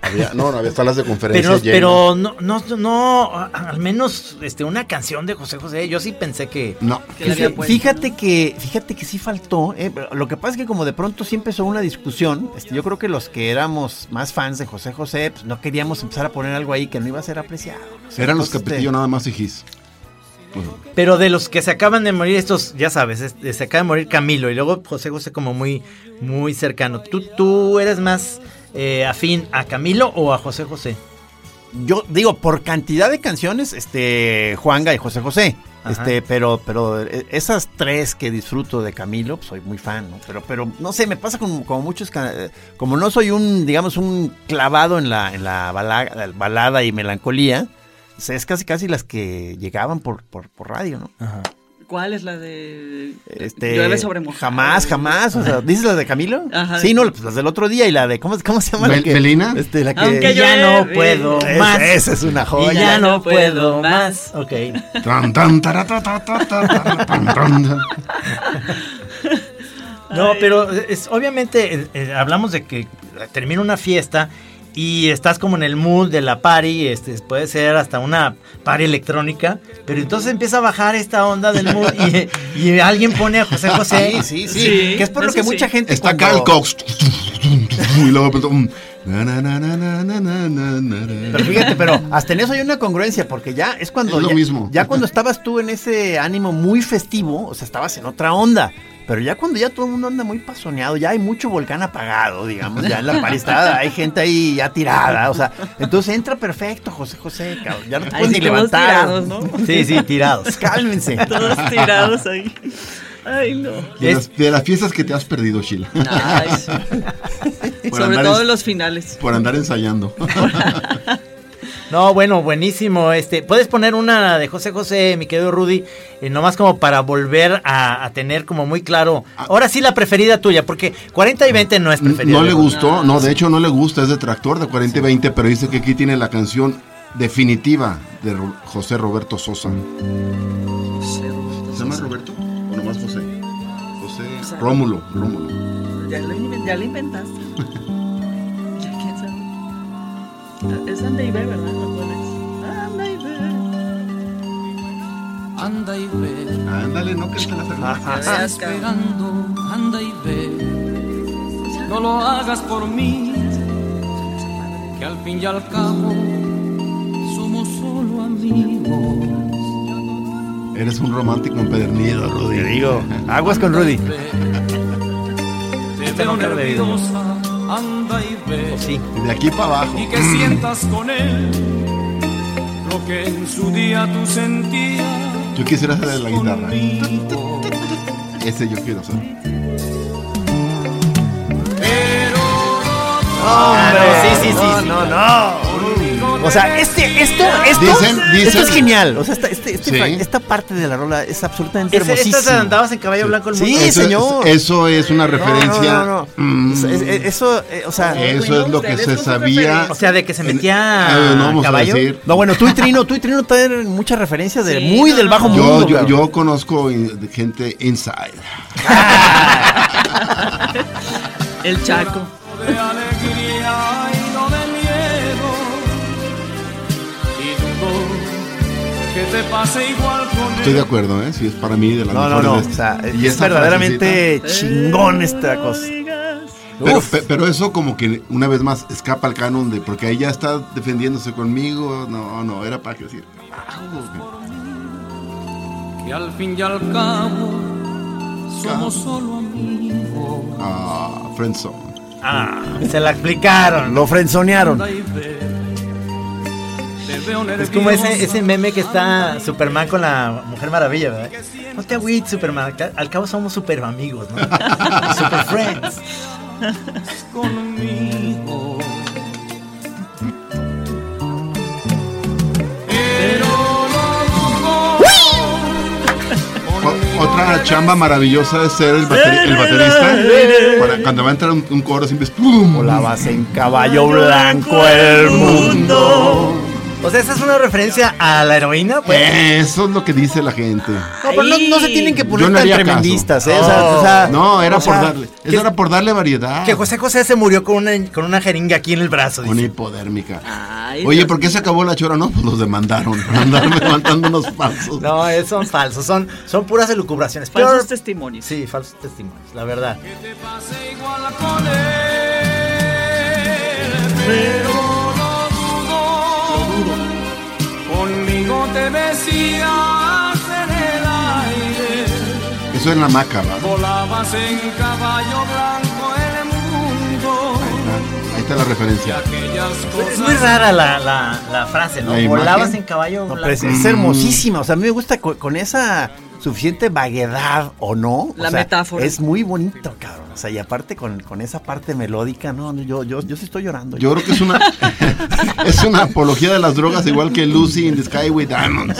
C: Había- no, no, había salas de
B: Pero,
C: conferencias llenas.
B: pero no, no, no, a- al menos este, una canción de José José. Yo sí pensé que.
C: No.
E: que le
A: Fíjate-
E: habían puesto,
A: fíjate que fíjate que sí faltó eh, pero lo que pasa es que como de pronto sí empezó una discusión este, yo creo que los que éramos más fans de José José pues, no queríamos empezar a poner algo ahí que no iba a ser apreciado
C: Eran los
A: Entonces, este,
C: capetillos nada más y Gis.
B: Pero de los que se acaban de morir, estos, ya sabes, este, se acaba de morir Camilo y luego José José como muy, muy cercano. ¿Tú, tú eres más eh, afín a Camilo o a José José?
A: yo digo por cantidad de canciones este Juanga y José José
B: Ajá.
A: este pero pero eh, esas tres que disfruto de Camilo pues, soy muy fan ¿no? pero pero no sé me pasa como, como muchos ca- eh, como no soy un digamos un clavado en la en la bala- balada, y melancolía o sea, es casi casi las que llegaban por por, por radio no
C: Ah.
E: ¿Cuál es la de
A: este
E: llueve sobre mojado?
A: jamás jamás o sea, dices las de Camilo
E: Ajá.
A: sí no pues, las del otro día y la de cómo, cómo se llama la
C: Mel-
A: que-
C: Melina.
A: este, la que
E: Aunque
B: Y ya
E: llueve.
B: no puedo
A: Es-
B: más.
A: esa es una joya
B: Y ya no puedo más. Ok.
C: Tan, tan, taratatatatara, tan, tan, tan.
B: No, pero es, obviamente eh, eh, hablamos de que termina una fiesta y estás como en el mood de la party, este, puede ser hasta una party electrónica, pero entonces empieza a bajar esta onda del mood y, y alguien pone a José José.
A: Sí, sí, sí,
E: Sí,
A: Que es por lo
E: eso
A: que
E: sí.
A: mucha gente.
C: Está Carl
A: cuando-
C: Cox. Y luego de pronto, um, na, na, na, na, na, na, na, na, na.
A: Pero fíjate, pero hasta en eso hay una congruencia, porque ya es cuando.
C: Es lo
A: ya,
C: mismo.
A: ya cuando estabas tú en ese ánimo muy festivo, o sea, estabas en otra onda. Pero ya cuando ya todo el mundo anda muy pasoneado, ya hay mucho volcán apagado, digamos, ya en la paristada, hay gente ahí ya tirada, o sea, entonces entra perfecto José José, cabrón, ya no te
E: Ahí
A: puedes ni
E: sí, todos
A: levantar.
E: tirados, ¿no?
B: Sí, sí, tirados.
A: Cálmense.
E: Todos tirados ahí. Ay, no.
C: De las, de las fiestas que te has perdido, Sheila.
E: Ay, sí.
C: Por
E: Sobre
C: andar
E: todo
C: en-
E: en los finales.
C: Por andar ensayando.
B: No, bueno, buenísimo. Este, puedes poner una de José José, mi querido Rudy, eh, nomás como para volver a, a tener como muy claro. Ahora sí la preferida tuya, porque 40 y 20 no es preferida.
C: No le
B: de José.
C: gustó, no, de hecho no le gusta, es detractor de 40 y 20, pero dice que aquí tiene la canción definitiva de Ro- José Roberto Sosa. ¿Se llama Roberto o nomás José? José Rómulo, Rómulo.
E: Ya la, inven- ya la inventaste. Ya quién sabe. Es Andy B, ¿verdad? ¿No cuál es? Andy B.
D: Anda y ve,
C: Ándale, no que te la
A: Ajá.
E: Ah,
D: esperando, anda y ve. No lo hagas por mí, que al fin y al cabo somos solo amigos.
C: Eres un romántico empedernido,
A: Te
C: Rudy.
A: digo, aguas con Rudy.
D: Te
B: Este
D: veo
B: no creo que
D: nerviosa, anda y ve.
B: Sí.
C: De aquí para abajo.
D: y que sientas con él lo que en su día tú sentías
C: Yo quisiera hacer de la guitarra.
D: conmigo.
C: Ese yo quiero hacer.
D: Pero
B: Ah, no, sí, sí, sí, sí,
A: O sea, este, esto, esto,
C: Dicen-
A: esto
C: dicen-
A: es genial. O sea, esta, este- este
C: Sí.
A: fra- esta parte de la rola es absolutamente
B: Ese-
A: hermosísima.
B: Estas andabas en caballo blanco el
A: Sí,
B: mundo.
C: eso,
A: señor.
C: Es, eso es una referencia. Mm,
A: No, no, no, no. Eso, es- es- eso, eh, o sea.
C: Eso es lo que se sabía.
B: O sea, de que se metía
C: Ah, no vamos a
B: caballo.
C: decir.
A: No, bueno, tú y Trino, tú y Trino traen muchas referencias de,
E: Sí,
A: muy
E: no,
A: del
E: no,
A: bajo
E: no.
A: mundo.
C: Yo, yo,
A: cabrón.
C: yo conozco in- gente inside.
E: El Chaco.
D: de alegría y no de miedo. Y dudo que te pase igual con él.
C: Estoy de acuerdo, ¿eh? Sí, es para mí de las
A: No, no,
C: mejores
A: no. O
C: de- este.
A: sea,
C: y
A: es
C: esa frasecita-
A: verdaderamente chingón esta cosa.
C: Pero,
A: Uf.
C: pe- pero eso como que una vez más escapa al canon de porque ahí ya está defendiéndose conmigo. No, no, era para que decir. "Ah,
D: Que al fin y al cabo somos solo amigos.
C: Ah, friendzone.
B: Ah. Se la explicaron.
A: Lo frenzonearon.
D: Anda y ve, Te veo
B: Es como ese,
D: nerviosa.
B: ese meme que está Superman con la Mujer Maravilla, ¿verdad? No te agüites, Superman. al ca- Al cabo somos super amigos, ¿no? super friends.
D: conmigo. Pero no dudo
C: O- otra chamba maravillosa de ser el, bateri- el baterista. Para- cuando va a entrar un, un coro siempre es ¡pum!
A: O la base en caballo blanco el mundo.
B: O sea, esa es una referencia a la heroína, pues.
C: Eh, Eso es lo que dice la gente.
A: No, pero no, no se tienen que
C: Yo
A: poner
C: no
A: tan
C: haría caso.
A: tremendistas, ¿eh? O sea, o sea,
C: No, era
A: o sea,
C: por darle. eso
B: que-
C: era por darle variedad.
B: Que José José se murió con una, con una jeringa aquí en el brazo.
C: Una
B: Dice.
C: hipodérmica.
E: Ay,
C: Oye,
E: Dios
C: ¿por qué se acabó la chora? No, pues los demandaron. por Andarme levantando unos falsos.
B: No, es- son falsos, son, son puras elucubraciones.
E: Falsos
B: Peor-
E: testimonios.
B: Sí, falsos testimonios, la verdad.
D: te pase igual con él, pero no dudo. Conmigo te decías en el aire,
C: Eso es la maca, ¿verdad?
D: volabas en caballo blanco el mundo.
C: Ahí está la referencia.
D: Aquellas
B: Es muy
D: cosas
B: rara la, la, la frase, ¿no?
C: La imagen. pues,
B: Volabas en caballo
A: no,
B: blanco.
A: pero es, es hermosísima. O sea, a mí me gusta co- con, esa suficiente vaguedad o no. o
E: La
A: sea,
E: metáfora.
A: Es muy bonito, cabrón. O sea, y aparte con, con esa parte melódica, no, no, yo, yo, yo sí estoy llorando.
C: Yo creo que es una es una apología de las drogas igual que Lucy in the Sky with Diamonds.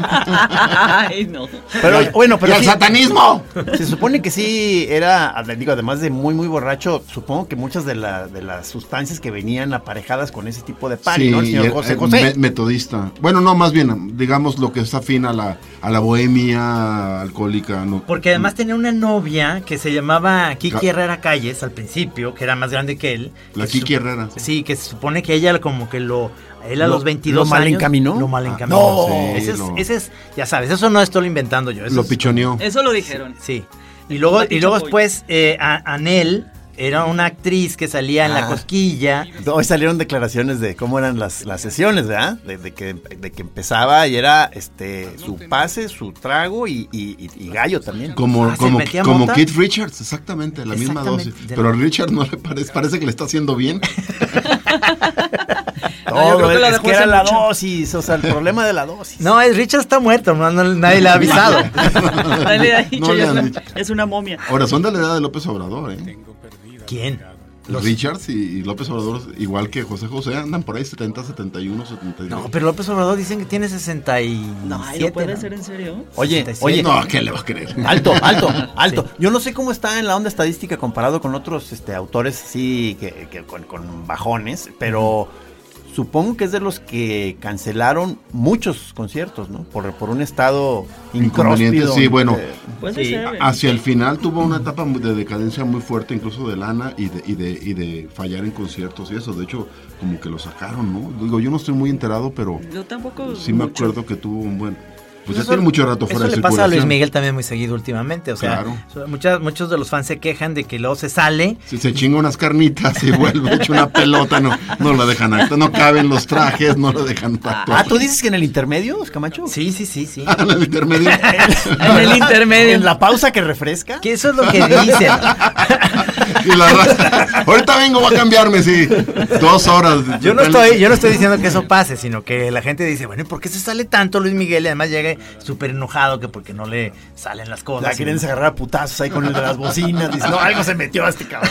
E: Ay, no.
A: Pero bueno,
C: y
A: pero
C: al
A: sí,
C: satanismo.
A: se supone que sí era, ad- digo, además de muy, muy borracho, supongo que muchas de, la- de las sustancias que venían aparejadas con ese tipo de party, ¿no? El
C: y
A: señor
C: el-
A: José
C: el
A: José.
C: eh, me- metodista. Bueno, no, más bien, digamos lo que está afín a la, a la bohemia alcohólica. No.
B: Porque además tenía una novia que se llamaba Kiki
C: Ca-
B: Herrera Calles al principio, que era más grande que él.
C: La
B: Que se
C: Kiki
B: sup-
C: Herrera.
B: Sí, que se supone que ella como que lo... Él a
A: Lo-
B: los 22
A: lo mal
B: años,
A: encaminó.
B: Lo mal
C: Ah, no.
B: encaminó. ese, es,
C: Sí, lo-
B: ese es- ya sabes, eso no estoy inventando yo. eso
C: Lo
B: es-
C: pichoneó.
E: Eso lo dijeron.
B: Sí. Y luego, y
E: Paticho
B: luego
E: Boy.
B: después, eh, a- Anel era una actriz que salía en
A: Ah.
B: La Cosquilla.
A: Hoy salieron declaraciones de cómo eran las, las sesiones, ¿verdad? De, de que, de que empezaba y era este su pase, su trago y, y- y- y gallo también.
C: Como,
B: Ah, ¿se
C: como,
B: metía
C: como
B: mota?
C: Keith Richards, exactamente, la misma
B: Exactamente.
C: dosis. Pero a Richard no le parece, parece que le está haciendo bien.
E: No, yo creo que
A: es
E: la dejó
A: que era
E: hace
A: la
E: mucho.
A: dosis, o sea, el problema de la dosis.
B: No, el Richard está muerto, no- no- nadie le ha avisado.
E: Nadie le ha dicho,
C: No le
E: ya es,
C: han
E: una,
C: dicho.
E: es una momia.
C: Ahora, son de la edad de López Obrador, ¿eh?
B: ¿Quién?
C: Richards y, y López Obrador, igual que José José, andan por ahí 70, 71, 72.
B: No, pero López Obrador dicen que tiene
E: No,
B: 67.
E: ay, ¿no puede
B: ¿no?
E: ser en serio?
A: Oye,
B: 67.
A: oye,
C: No, ¿qué le va a creer?
A: Alto, alto, alto. Yo no sé cómo está en la onda estadística comparado con otros este, autores así que, que con, con bajones, pero supongo que es de los que cancelaron muchos conciertos, ¿no? Por, por un estado eh,
C: Inconveniente,
A: incróspito.
C: sí, bueno.
E: Puede
B: Sí.
E: ser.
C: Hacia el final tuvo una etapa muy- de decadencia muy fuerte, incluso de lana y de, y de, y de fallar en conciertos y eso. De hecho, como que lo sacaron, ¿no? Digo, yo no estoy muy enterado, pero
E: Yo tampoco.
C: sí me
E: mucho.
C: acuerdo que tuvo un buen. Pues ya
B: Eso-
C: tiene mucho rato fuera
B: Eso
C: de
B: le pasa a Luis
C: circulación.
B: Miguel también muy seguido últimamente. O sea,
C: Claro.
B: so- muchas, muchos de los fans se quejan de que luego se sale.
C: Si se chinga unas carnitas y vuelve hecho una pelota, no, no la dejan actuar. No caben los trajes, no lo dejan
A: Ah,
C: actuar.
A: ¿tú dices que en el intermedio, Camacho? Ah,
B: Sí, sí, sí, sí.
C: En el intermedio.
E: En el intermedio.
A: En la pausa que refresca.
B: que eso es lo que dicen.
C: Y la raza, Ahorita vengo, voy a cambiarme, sí. Dos horas.
B: Yo no estoy, yo no estoy diciendo que eso pase, sino que la gente dice, bueno, ¿y por qué se sale tanto Luis Miguel? Y además llega aire, súper enojado que porque no le salen las cosas.
A: La quieren agarrar a putazos ahí con el de las bocinas. Dice, no, algo se metió a este cabrón.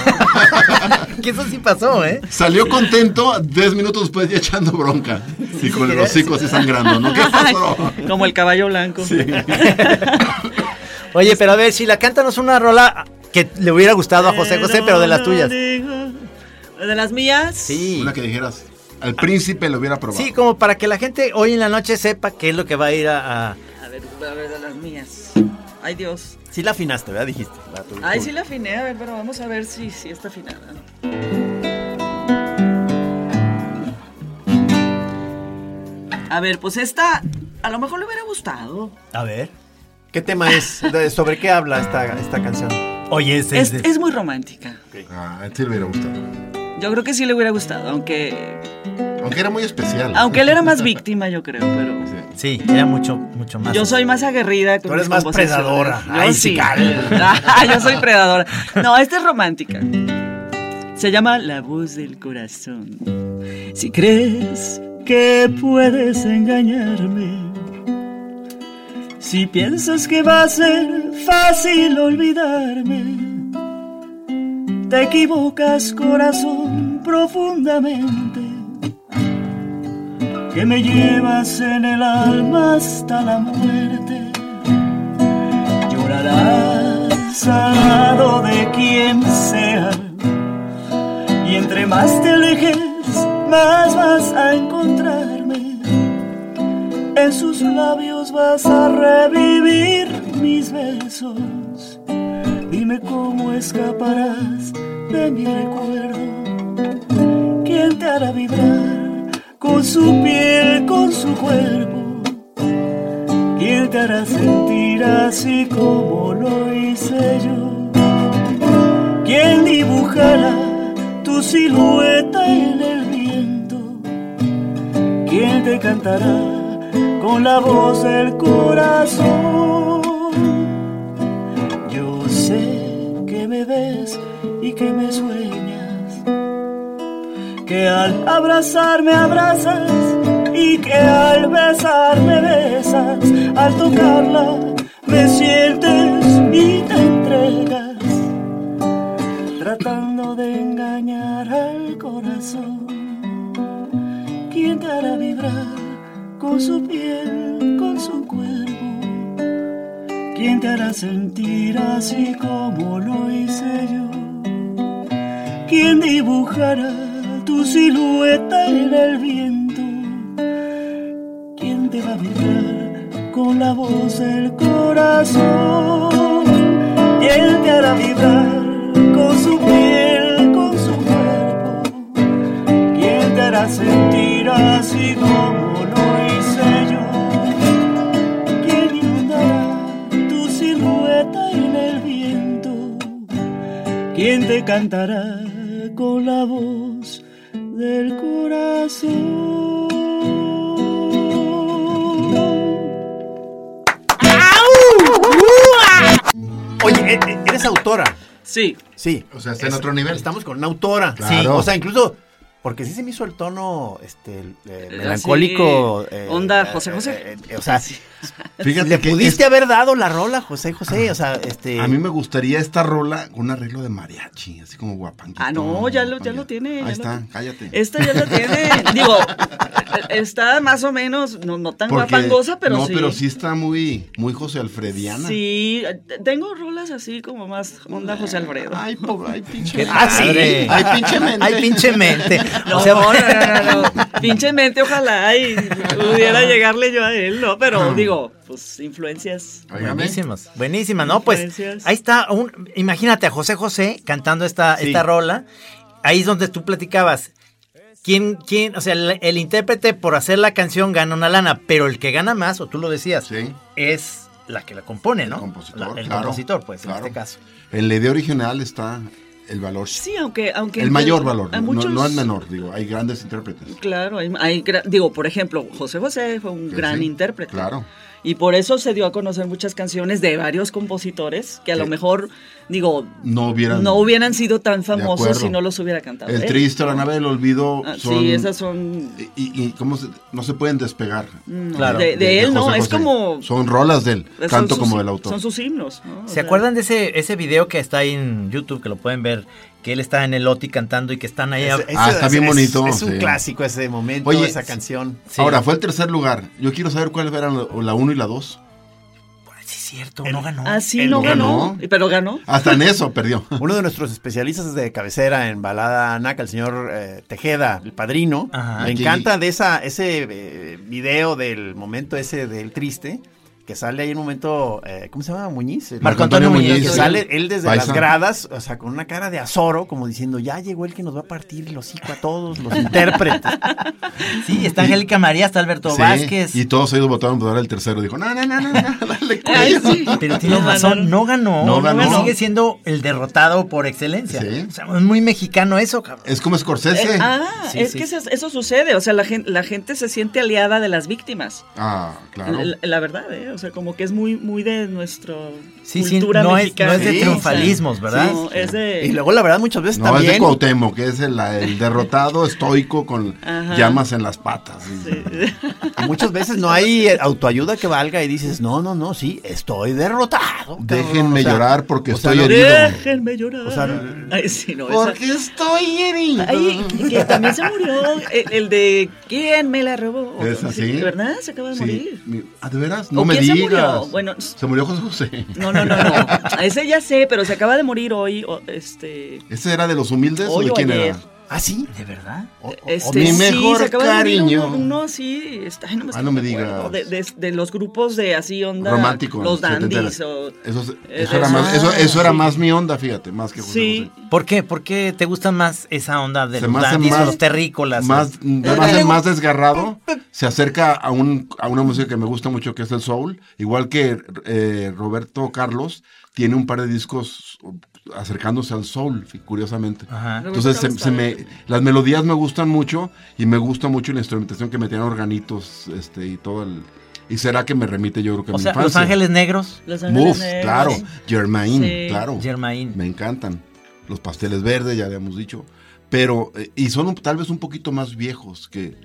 B: que eso sí pasó, ¿eh?
C: Salió contento, 10 minutos después ya echando bronca. Y con el hocico así sangrando, ¿no? ¿Qué pasó?
F: Como el caballo blanco.
B: Oye, pero a ver, si la cántanos una rola que le hubiera gustado a José José, pero de las tuyas.
F: ¿De las mías?
B: Sí.
C: Una que dijeras, al príncipe lo hubiera probado.
B: Sí, como para que la gente hoy en la noche sepa qué es lo que va a ir a. a-
F: A ver, a ver, de las mías. Ay, Dios.
A: Sí la afinaste, ¿verdad? Dijiste. La tu-
F: Ay,
A: tu-
F: sí la afiné, a ver, pero vamos a ver si, si está afinada. A ver, pues esta a lo mejor le hubiera gustado.
B: A ver.
A: ¿Qué tema es? ¿De- ¿Sobre qué habla esta, esta canción?
B: Oye, ese
F: Es,
B: de-
F: es muy romántica.
C: Ah, a ti le hubiera gustado.
F: Yo creo que sí le hubiera gustado, aunque
C: Aunque era muy especial.
F: aunque él era más víctima, yo creo, pero
B: Sí, era mucho, mucho más.
F: yo soy más aguerrida. Con
A: Tú eres
F: mis
A: más
F: composiciones.
A: predadora.
F: Yo
A: Ay, sí, Karen.
F: Ah, yo soy predadora. No, esta es romántica. Se llama La voz del corazón. Si crees que puedes engañarme, si piensas que va a ser fácil olvidarme, te equivocas corazón profundamente, que me llevas en el alma hasta la muerte. Llorarás al lado de quien sea, y entre más te alejes, más vas a encontrarme. En sus labios vas a revivir mis besos. Dime cómo escaparás de mi recuerdo. ¿Quién te hará vibrar con su piel, con su cuerpo? ¿Quién te hará sentir así como lo hice yo? ¿Quién dibujará tu silueta en el viento? ¿Quién te cantará con la voz del corazón? Yo sé que me ves y que me sueñas, que al abrazarme abrazas y que al besarme besas, al tocarla me sientes y te entregas, tratando de engañar al corazón. ¿Quién te hará vibrar con su piel, con su cuerpo? ¿Quién te hará sentir así como lo hice yo? ¿Quién dibujará tu silueta en el viento? ¿Quién te va a vibrar con la voz del corazón? ¿Quién te hará vibrar con su piel, con su cuerpo? ¿Quién te hará sentir así como lo hice yo? ¿Quién inundará tu silueta en el viento? ¿Quién te cantará con la voz del corazón?
A: Oye, e- e- eres autora.
F: Sí,
A: Sí.
C: O sea, está en otro nivel.
A: Estamos con una autora.
C: Claro.
A: Sí. O sea, incluso. Porque sí se me hizo el tono este, el, eh, melancólico.
F: Así, onda José José.
A: eh, eh, o sea,
C: Fíjate
A: le
C: que
A: pudiste
C: es-
A: haber dado la rola, José José. O sea, este.
F: Eh.
C: A mí me gustaría esta rola con un arreglo de mariachi, así como guapanquito.
F: Ah, no, ya lo, ya lo tiene.
C: Ahí
F: ya lo
C: está,
F: tiene.
C: cállate.
F: Esta ya la tiene. Digo, está más o menos, no, no tan
C: Porque-
F: guapangosa, pero
C: no,
F: sí.
C: pero sí está muy, muy José Alfrediana.
F: Sí, t- tengo rolas así como más onda José Alfredo.
C: Ay, pobre, ay, pinche.
B: Qué
C: madre.
A: Ah, sí.
B: padre.
C: Ay, pinche mente.
B: Ay, pinche mente.
F: No,
B: O sea,
F: no, no, no, no. Pinche mente, ojalá y pudiera llegarle yo a él, ¿no?
C: Ah.
F: Pero digo, pues influencias.
C: Óigame.
B: Buenísimas, buenísimas, ¿no? Pues
F: Gracias.
B: ahí está, un, imagínate a José José cantando esta, esta rola, ahí es donde tú platicabas, ¿quién, quién, o sea, el, el intérprete por hacer la canción gana una lana, pero el que gana más, o tú lo decías,
C: Sí.
B: es la que la compone, ¿no?
C: El compositor,
B: La- el
C: claro,
B: compositor, pues, en
C: claro.
B: este caso.
C: En la idea original está el valor.
F: Sí, aunque. aunque
C: el mayor valor.
F: a
C: no-
F: muchos-
C: No, es menor, digo. Hay grandes intérpretes.
F: Claro, hay, hay gra- digo, por ejemplo, José José fue un
C: Que
F: gran
C: sí,
F: intérprete.
C: Claro.
E: Y por eso se dio a conocer muchas canciones de varios compositores que a lo mejor, digo,
C: No hubieran-
E: no hubieran sido tan
C: acuerdo.
E: famosos si no los hubiera cantado.
C: El
E: él.
C: triste, la nave del olvido.
E: Ah,
C: son-
E: Sí, esas son
C: Y, y- y cómo se- no se pueden despegar.
E: Claro. de- de él, ¿no? Es como-
C: Son rolas del
E: Son
C: canto
E: sus-
C: como del autor.
E: Son sus himnos. ¿no? O
B: ¿Se
E: sea,
B: acuerdan de ese, ese video que está ahí en YouTube, que lo pueden ver, que él está en el Oti cantando y que están ahí...
A: Ese-
C: Ah,
A: ese-
C: está bien
A: es-
C: bonito,
A: Es, un
C: sí.
A: clásico ese momento,
C: Oye,
A: esa
C: sí.
A: canción.
B: Sí.
C: Ahora, fue el tercer lugar. Yo quiero saber cuáles eran la- la 1 y la 2.
B: Sí, es cierto, no ganó.
E: Ah, sí,
A: Él
E: no
C: ganó.
E: ganó. Pero ganó.
C: Hasta en eso perdió.
A: Uno de nuestros especialistas de cabecera en balada naca, el señor eh, Tejeda, el padrino,
B: Ajá.
A: me
C: Aquí-
A: encanta de esa ese eh, video del momento ese del triste que sale ahí en un momento, eh, ¿cómo se llama? Muñiz. El-
C: Marco Antonio Muñiz.
A: Que sale él desde
C: Paisa.
A: las gradas, o sea, con una cara de azoro, como diciendo, ya llegó el que nos va a partir el hocico a todos los intérpretes.
B: Sí, está Angélica María, está Alberto
C: Sí,
B: Vázquez.
C: Y todos ellos votaron por dar el tercero. Dijo, no, no, no, no, no dale cuello".
E: Ay, sí.
B: Pero tienes
E: No
B: razón,
E: ganaron.
B: no ganó.
C: No ganó.
B: Sigue siendo el derrotado por excelencia.
C: Sí.
B: O sea, es muy mexicano eso, cabrón.
C: Es como Scorsese.
E: Eh, ah,
B: Sí,
E: es
B: sí.
E: que eso, eso sucede. O sea, la gente, la gente se siente aliada de las víctimas.
C: Ah, claro.
E: La, la verdad, ¿eh? O sea, como que es muy, muy de nuestro.
B: Sí, sí,
E: cultura
B: no es-
E: mexicana.
B: no es de
E: Sí,
B: triunfalismos, ¿verdad?
E: no, es de.
A: y luego, la verdad, muchas veces
C: no,
A: también...
C: es de Cuauhtémoc, que es el, el derrotado estoico con
E: Ajá.
C: llamas en las patas.
A: Y muchas veces no hay eh, autoayuda que valga y dices, no, no, no, sí, estoy derrotado. cabrón".
C: Déjenme
A: O sea,
C: llorar porque
A: o sea,
C: estoy
A: lo-
C: herido.
E: Déjenme llorar.
A: O sea,
E: Ay, sí, no, esa-
C: Porque estoy herido.
E: Ay, que también se murió el, el de ¿Quién me la robó?
C: ¿Es así?
E: ¿De verdad? Se acaba de
C: Sí.
E: morir.
C: Mi- Ah, ¿de veras? No
E: ¿O
C: me
E: quién se
C: digas.
E: murió? Bueno,
C: se murió José José.
E: No, no, no, no. Ese ya sé, pero se acaba de morir hoy. o- este.
C: ¿Ese era de los humildes o
E: Hoy
C: de
E: o
C: quién
E: ayer.
C: era?
A: ¿Ah, sí?
B: ¿De verdad?
A: O- o-
E: Este,
C: mi
E: sí,
C: mejor
E: se acaba de morir
C: cariño.
E: Uno, uno, sí, está, ay, no me
C: Ah, no me
E: acuerdo,
C: digas.
E: De, de- de los grupos de así onda.
C: Romántico.
E: Los
C: setentera.
E: dandies. O,
C: Eso, es- eso
E: Ah,
C: era, más, eso, eso era más mi onda, fíjate, más que José
E: sí.
C: José.
B: ¿Por qué? ¿Por qué te gusta más esa onda de
C: Se
B: los
C: me hace
B: dandis,
C: más-
B: los terrícolas? eh.
C: Más, me hace más desgarrado, se acerca a, un, a una música que me gusta mucho, que es el soul. Igual que eh, Roberto Carlos tiene un par de discos acercándose al soul, fi- curiosamente.
B: Ajá.
C: Entonces, se,
E: Roberto
C: se
E: Carlos
C: me, las melodías me gustan mucho y me gusta mucho la instrumentación que metían organitos este, y todo el... ¿Y será que me remite yo creo que a
B: O
C: mi
B: sea, Los
C: infancia?
B: Ángeles Negros,
E: Los
C: Move,
E: Ángeles Negros.
C: claro. Germain,
E: Sí.
C: claro.
B: Germain.
C: Me encantan. Los pasteles verdes, ya habíamos dicho. Pero, eh, y son un- tal vez un poquito más viejos que,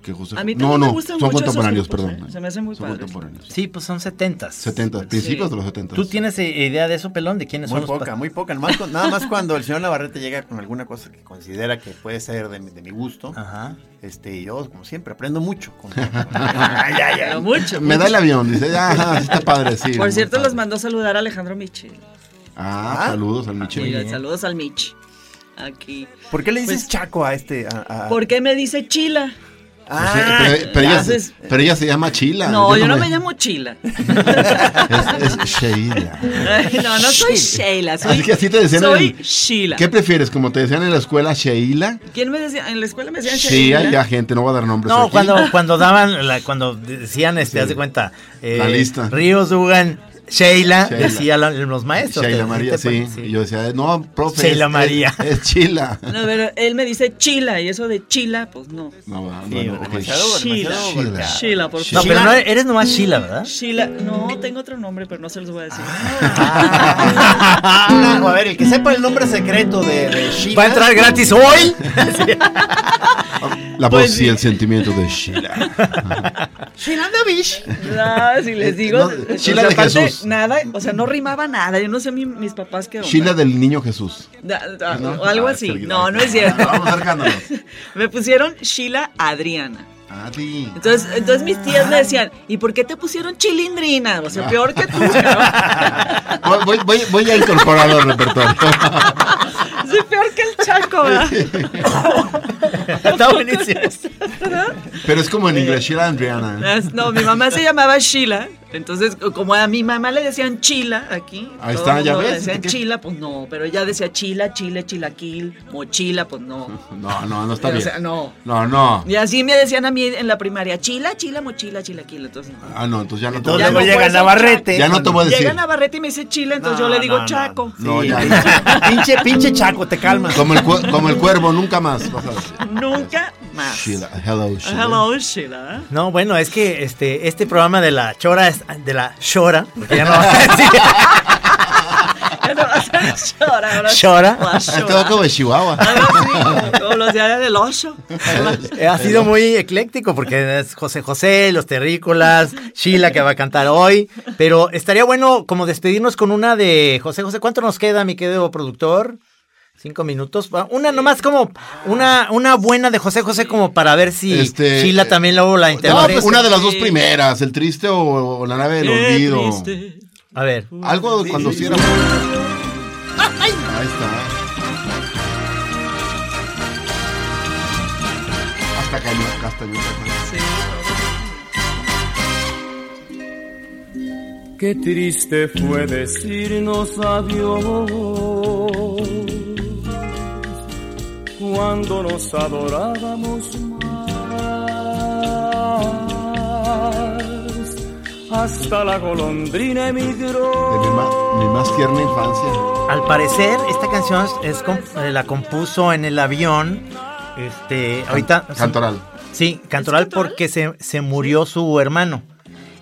C: que José.
E: A mí también
C: Jo- no,
E: me
C: no,
E: gustan mucho
C: son
E: esos
C: contemporáneos,
E: grupos,
C: perdón.
E: ¿eh? Se me hacen muy
C: son
E: padres.
C: contemporáneos.
B: Sí, pues son setentas.
C: 70, principios
E: Sí.
C: de los 70.
B: ¿Tú tienes eh, idea de eso, Pelón? ¿De quiénes
A: Muy
B: son los
A: poca,
B: pa-
A: muy poca. Nomás con- nada más cuando el señor Navarrete llega con alguna cosa que considera que puede ser de mi, de mi gusto.
C: Ah.
B: Ajá.
A: Este, yo, como siempre, aprendo mucho. con- Ay, ay, ay.
E: Pero mucho.
C: Me da
E: mucho.
C: el avión, dice, ya, ajá, sí está padre, sí.
E: Por cierto,
C: padre.
E: los mandó saludar a Alejandro Michel.
C: Ah, saludos al Michel.
E: Oigan, saludos al Mich. Aquí.
A: ¿Por qué le dices
E: Pues-
A: chaco a este? a-
C: Ah.
A: a-
E: ¿Por qué me dice Chila?
C: Pues,
A: Ah,
C: eh, pero, pero ella, se-
E: haces-
C: pero ella se llama Chila.
E: No, yo no me llamo Chila.
C: Es, es Sheila.
E: Ay, No, no soy Sheila. Soy,
C: Así que así te decían
E: soy
C: en-
E: Sheila.
C: ¿Qué prefieres? Como te decían en la escuela, Sheila.
E: ¿Quién me decía? En la escuela me decían
C: Sí,
E: Sheila.
C: hay ya gente, no voy a dar nombres.
B: No,
C: Pues aquí.
B: cuando, cuando daban, la- cuando decían, este, haz de cuenta, eh,
C: La lista.
B: Ríos Dugan, Sheila,
C: Sheila.
B: decían los maestros.
C: Sheila
B: te- pues,
C: María, sí.
B: te-
C: Y yo decía, no, profe.
B: Sheila
C: es-
B: María.
C: Es, es Chila.
E: No, pero él me dice Chila y eso de Chila, pues no.
C: No, no, no,
A: Sí,
C: ok.
A: demasiado- demasiado
C: Sheila.
A: golpeado.
E: Sheila, por
B: No,
E: favor.
B: pero no, eres nomás Sheila, ¿verdad?
E: Sheila, no, tengo otro nombre, pero no se los voy a decir.
A: Ah. Una- a ver, el que sepa el nombre secreto de, de Sheila.
B: ¿Va a entrar gratis hoy?
C: La voz y el sentimiento de Sheila.
A: Sheila Davish.
E: No, si les digo.
C: Eh, No, Sheila de Jesús.
E: Nada, o sea, no rimaba nada. Yo no sé mi- mis papás qué onda.
C: Sheila del niño Jesús.
E: Da- da-
C: ¿no?
E: o algo
C: Ah,
E: así.
C: qué
E: No, no es
C: olvidado.
E: cierto.
C: Vamos acercándonos.
E: Me pusieron Sheila Adriana.
C: Ah, sí.
E: Entonces, entonces mis tías me decían, ¿y por qué te pusieron chilindrina? O
C: Ah.
E: sea, peor que tú. ¿no?
C: Voy- Voy, voy- voy a incorporarlo al repertorio.
E: Soy peor que el chaco, ¿verdad?
B: Está buenísimo.
C: Pero es como en inglés, Sheila Andriana.
E: Es- No, mi mamá se llamaba Sheila. Entonces, co- como a mi mamá le decían Chila aquí.
C: Ahí
E: todo
C: está,
E: el
C: ya
E: mundo le
C: ves,
E: decían
C: ¿qué?
E: Chila, pues no. Pero ella decía Chila, Chile, Chilaquil, Mochila, pues no.
C: No, no, no está
E: O
C: bien.
E: sea, no.
C: No, no.
E: Y así me decían a mí en la primaria, Chila, Chila, Mochila, Chilaquil. Entonces, no.
C: Ah, no, entonces ya no te voy a
A: Entonces luego
E: no
C: decir.
A: llega
E: puede ser
A: Navarrete.
C: Ya no te voy a decir.
E: Llega Navarrete y me dice Chila, entonces
A: No,
E: yo le digo
A: no, no.
E: Chaco.
C: No,
A: Sí,
C: ya.
A: Pinche, pinche chaco, te calmas.
C: Como el, cue- como el cuervo, nunca más. vas a decir.
E: Nunca más.
C: Sheila, hello, Sheila.
E: Hello, Sheila.
B: No, bueno, es que este, este programa de la chora es- antes de la Shora, porque ya no vas a decir
E: Llora, ahora sí.
B: Llora.
E: Voy a
C: Estaba
E: llorar.
C: Ah, como de Chihuahua.
E: Algo así, como los días del ocho.
B: Eh, Ha sido muy ecléctico porque es José José, Los Terrícolas, Sheila que va a cantar hoy, pero estaría bueno como despedirnos con una de José José. ¿Cuánto nos queda, mi querido productor? Cinco minutos. Va, Una nomás como una, una buena de José José como para ver si
C: Este,
B: Sheila también luego la
C: No,
B: interpreta.
C: pues una de las dos primeras, el triste o, o la nave del
E: Qué
C: olvido.
E: triste.
B: A ver.
C: Algo cuando sí era- Ahí está. Hasta cañón, castañón.
D: Qué triste fue decirnos adiós cuando nos adorábamos más. Hasta la golondrina
C: De mi,
D: emigró.
C: ma- mi más tierna infancia.
B: Al parecer, esta canción es, com- eh, la compuso en el avión. Este, ahorita.
C: Cantoral.
B: Sí, Cantoral porque se, se murió su hermano.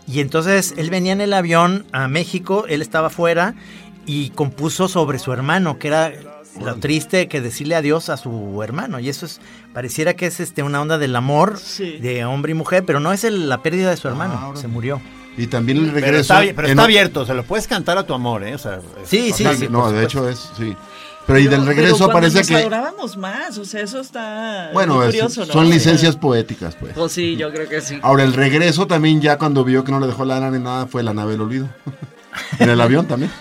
B: Y entonces él venía en el avión a México, él estaba afuera y compuso sobre su hermano, que era lo triste que decirle adiós a su hermano. Y eso es, pareciera que es este, una onda del amor
E: Sí.
B: de hombre y mujer, pero no es el- la pérdida de su hermano,
C: ahora.
B: se murió.
C: Y también el regreso.
A: Pero está, pero
C: en
A: está
C: o-
A: abierto, o sea, lo puedes cantar a tu amor, ¿eh? O sea, es-
B: Sí, sí,
C: Totalmente,
B: sí.
C: no,
B: por
C: de hecho
B: supuesto.
C: es, sí. Pero y del regreso
E: pero cuando
C: parece
E: nos
C: que.
E: adorábamos más, o sea, eso está
C: Bueno,
E: muy
C: es-
E: curioso, ¿no?
C: son
E: Sí.
C: licencias poéticas, pues.
E: Pues sí, yo creo que sí.
C: Ahora, el regreso también, ya cuando vio que no le dejó lana ni nada, fue la nave del olvido. en el avión también.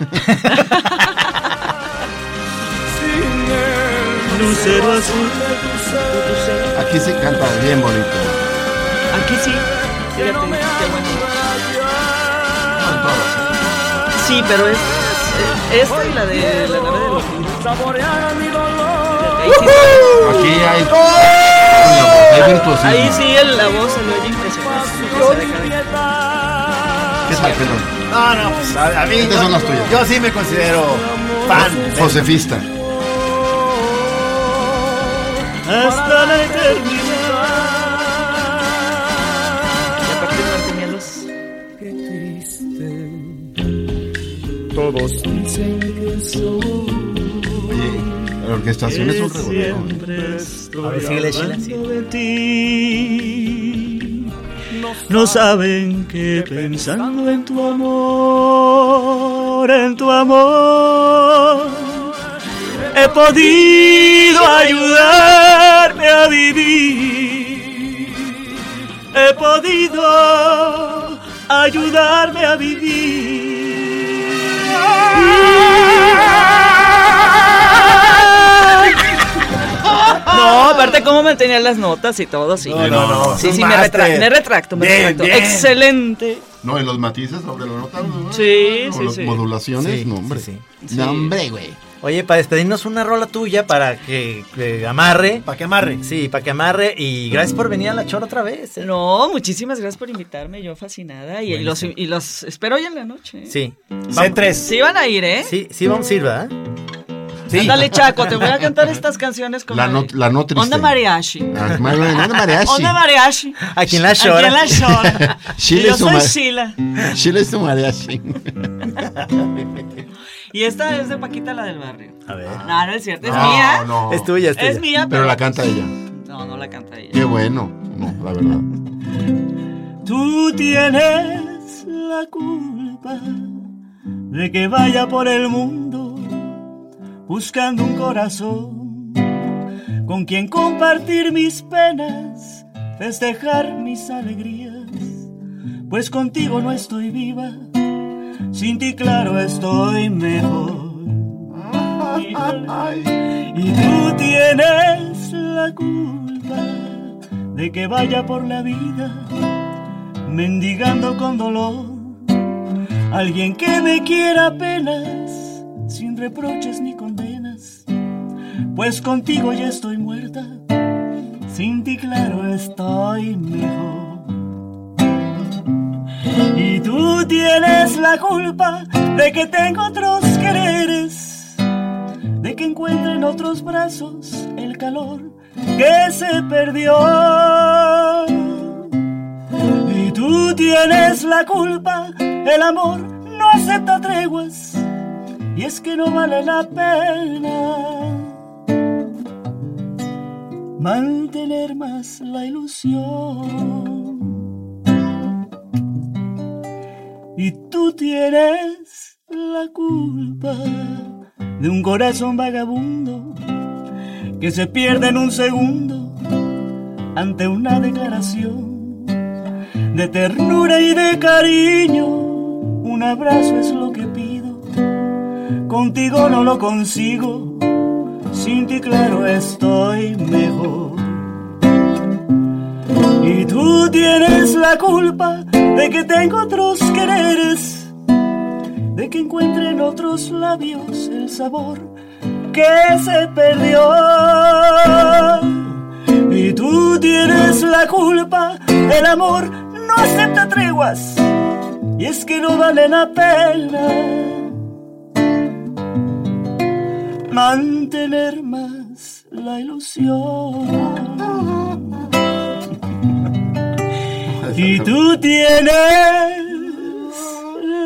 E: Lucero azul.
C: Aquí se canta bien bonito.
E: Aquí sí. Fíjate, qué bueno. Sí, pero es es- esta y la de la nave de los Ahí sí,
C: Aquí hay. Hay virtuosismo.
E: ¡Oh! ahí sí el- la voz se le oye impresionante. Se deja de-
C: ¿Qué tal, perdón?
A: No, no, pues a, a mí.
C: Estas
A: yo-
C: son las tuyas.
A: Yo sí me considero fan. de-
C: Josefista.
A: Hasta la eternidad.
E: Y a partir de ahora tenía los-
D: Qué triste. Todos dicen que soy
C: Oye, la orquestación es un revoleo. ¿eh?
E: siempre estoy
B: A ver, síguele, Sheila,
E: hablando
B: síguele.
E: de ti. No saben que pensando en tu amor, en tu amor, he podido ayudarme a vivir. He podido ayudarme a vivir. No, aparte cómo mantenía las notas y todo, sí.
A: No, no, no.
E: Sí, sí, me,
A: zumbaste.
E: retra- me retracto, me
A: Bien,
E: retracto.
A: bien.
E: Excelente.
C: No, en los matices sobre la nota. ¿no?
E: Sí,
C: O
E: sí,
C: las
E: sí.
C: Modulaciones,
B: Sí,
C: no, hombre.
B: sí,
C: No, hombre, güey.
B: Oye, para despedirnos una rola tuya para que, que amarre.
A: Pa' que amarre.
B: Sí, para que amarre. Y gracias por venir a la chora otra vez. ¿eh?
E: No, muchísimas gracias por invitarme, yo fascinada. Y, y los, y los espero hoy en la noche.
B: Sí,
A: C3.
E: Sí van a ir, ¿eh?
B: sí, sí vamos a ir, ¿verdad?
A: Sí.
E: Dale, Chaco, te voy a cantar estas canciones con
C: La no, la no triste.
E: Onda Mariachi.
C: Ah, ma- ma- Onda mariachi.
E: Onda Mariachi.
B: Aquí en la chora.
E: Aquí en la Shora.
C: Chile
E: y yo
C: es un
E: soy
C: mar-
E: Sheila.
C: Chile es un mariachi.
E: Y esta es de Paquita, la del barrio.
B: A ver.
E: No, no es cierto, es mía.
C: no.
B: Es tuya, este es tuya.
E: Es mía,
C: Pero la canta ella.
E: No, no la canta ella.
C: Qué bueno. No, la verdad.
E: Tú tienes la culpa de que vaya por el mundo buscando un corazón con quien compartir mis penas, festejar mis alegrías, pues contigo no estoy viva, sin ti claro estoy mejor. Y tú tienes la culpa de que vaya por la vida mendigando con dolor. Alguien que me quiera apenas, sin reproches ni condenas. Pues contigo ya estoy muerta, sin ti claro estoy mejor. Y tú tienes la culpa de que tengo otros quereres, de que encuentre en otros brazos el calor que se perdió. Y tú tienes
F: es la culpa, el amor no acepta treguas y es que no vale la pena mantener más la ilusión. Y tú tienes la culpa de un corazón vagabundo que se pierde en un segundo ante una declaración de ternura y de cariño. Un abrazo es lo que pido, contigo no lo consigo, sin ti claro estoy mejor. Y tú tienes la culpa de que tengo otros quereres, de que encuentre en otros labios el sabor que se perdió. Y tú tienes la culpa, el amor no acepta treguas, y es que no vale la pena mantener más la ilusión. Y tú tienes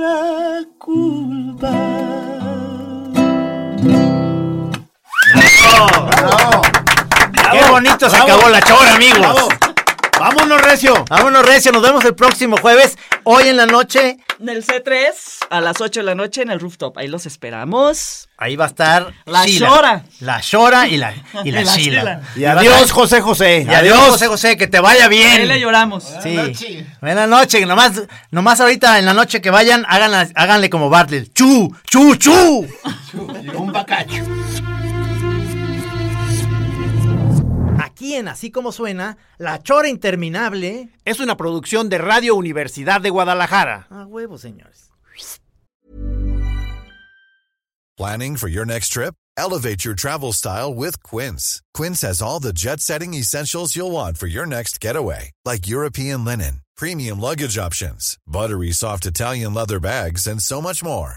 F: la culpa.
B: ¡Qué bonito se
A: bravo.
B: acabó la chora, amigos!
A: Bravo. ¡Vámonos, Recio!
B: Vámonos, Recio, nos vemos el próximo jueves, hoy en la noche.
E: En el C3, a las 8 de la noche en el rooftop. Ahí los esperamos.
B: Ahí va a estar
E: La
B: Sheila.
E: Shora.
B: La Shora y la, y la,
E: Y la
B: Sheila.
E: Sheila.
A: Y adiós, José
B: Y
A: José.
B: adiós, José José, que te vaya bien.
E: Ahí le lloramos.
B: Sí. Buenas noches. Nomás, nomás ahorita en la noche que vayan, háganla- háganle como Bartlett. ¡Chu! ¡Chu! ¡Chu! Aquí en Así Como Suena, La Chora Interminable.
A: Es una producción de Radio Universidad de Guadalajara.
B: A huevo, señores.
G: Planning for your next trip? Elevate your travel style with Quince. Quince has all the jet setting essentials you'll want for your next getaway, like European linen, premium luggage options, buttery soft Italian leather bags, and so much more.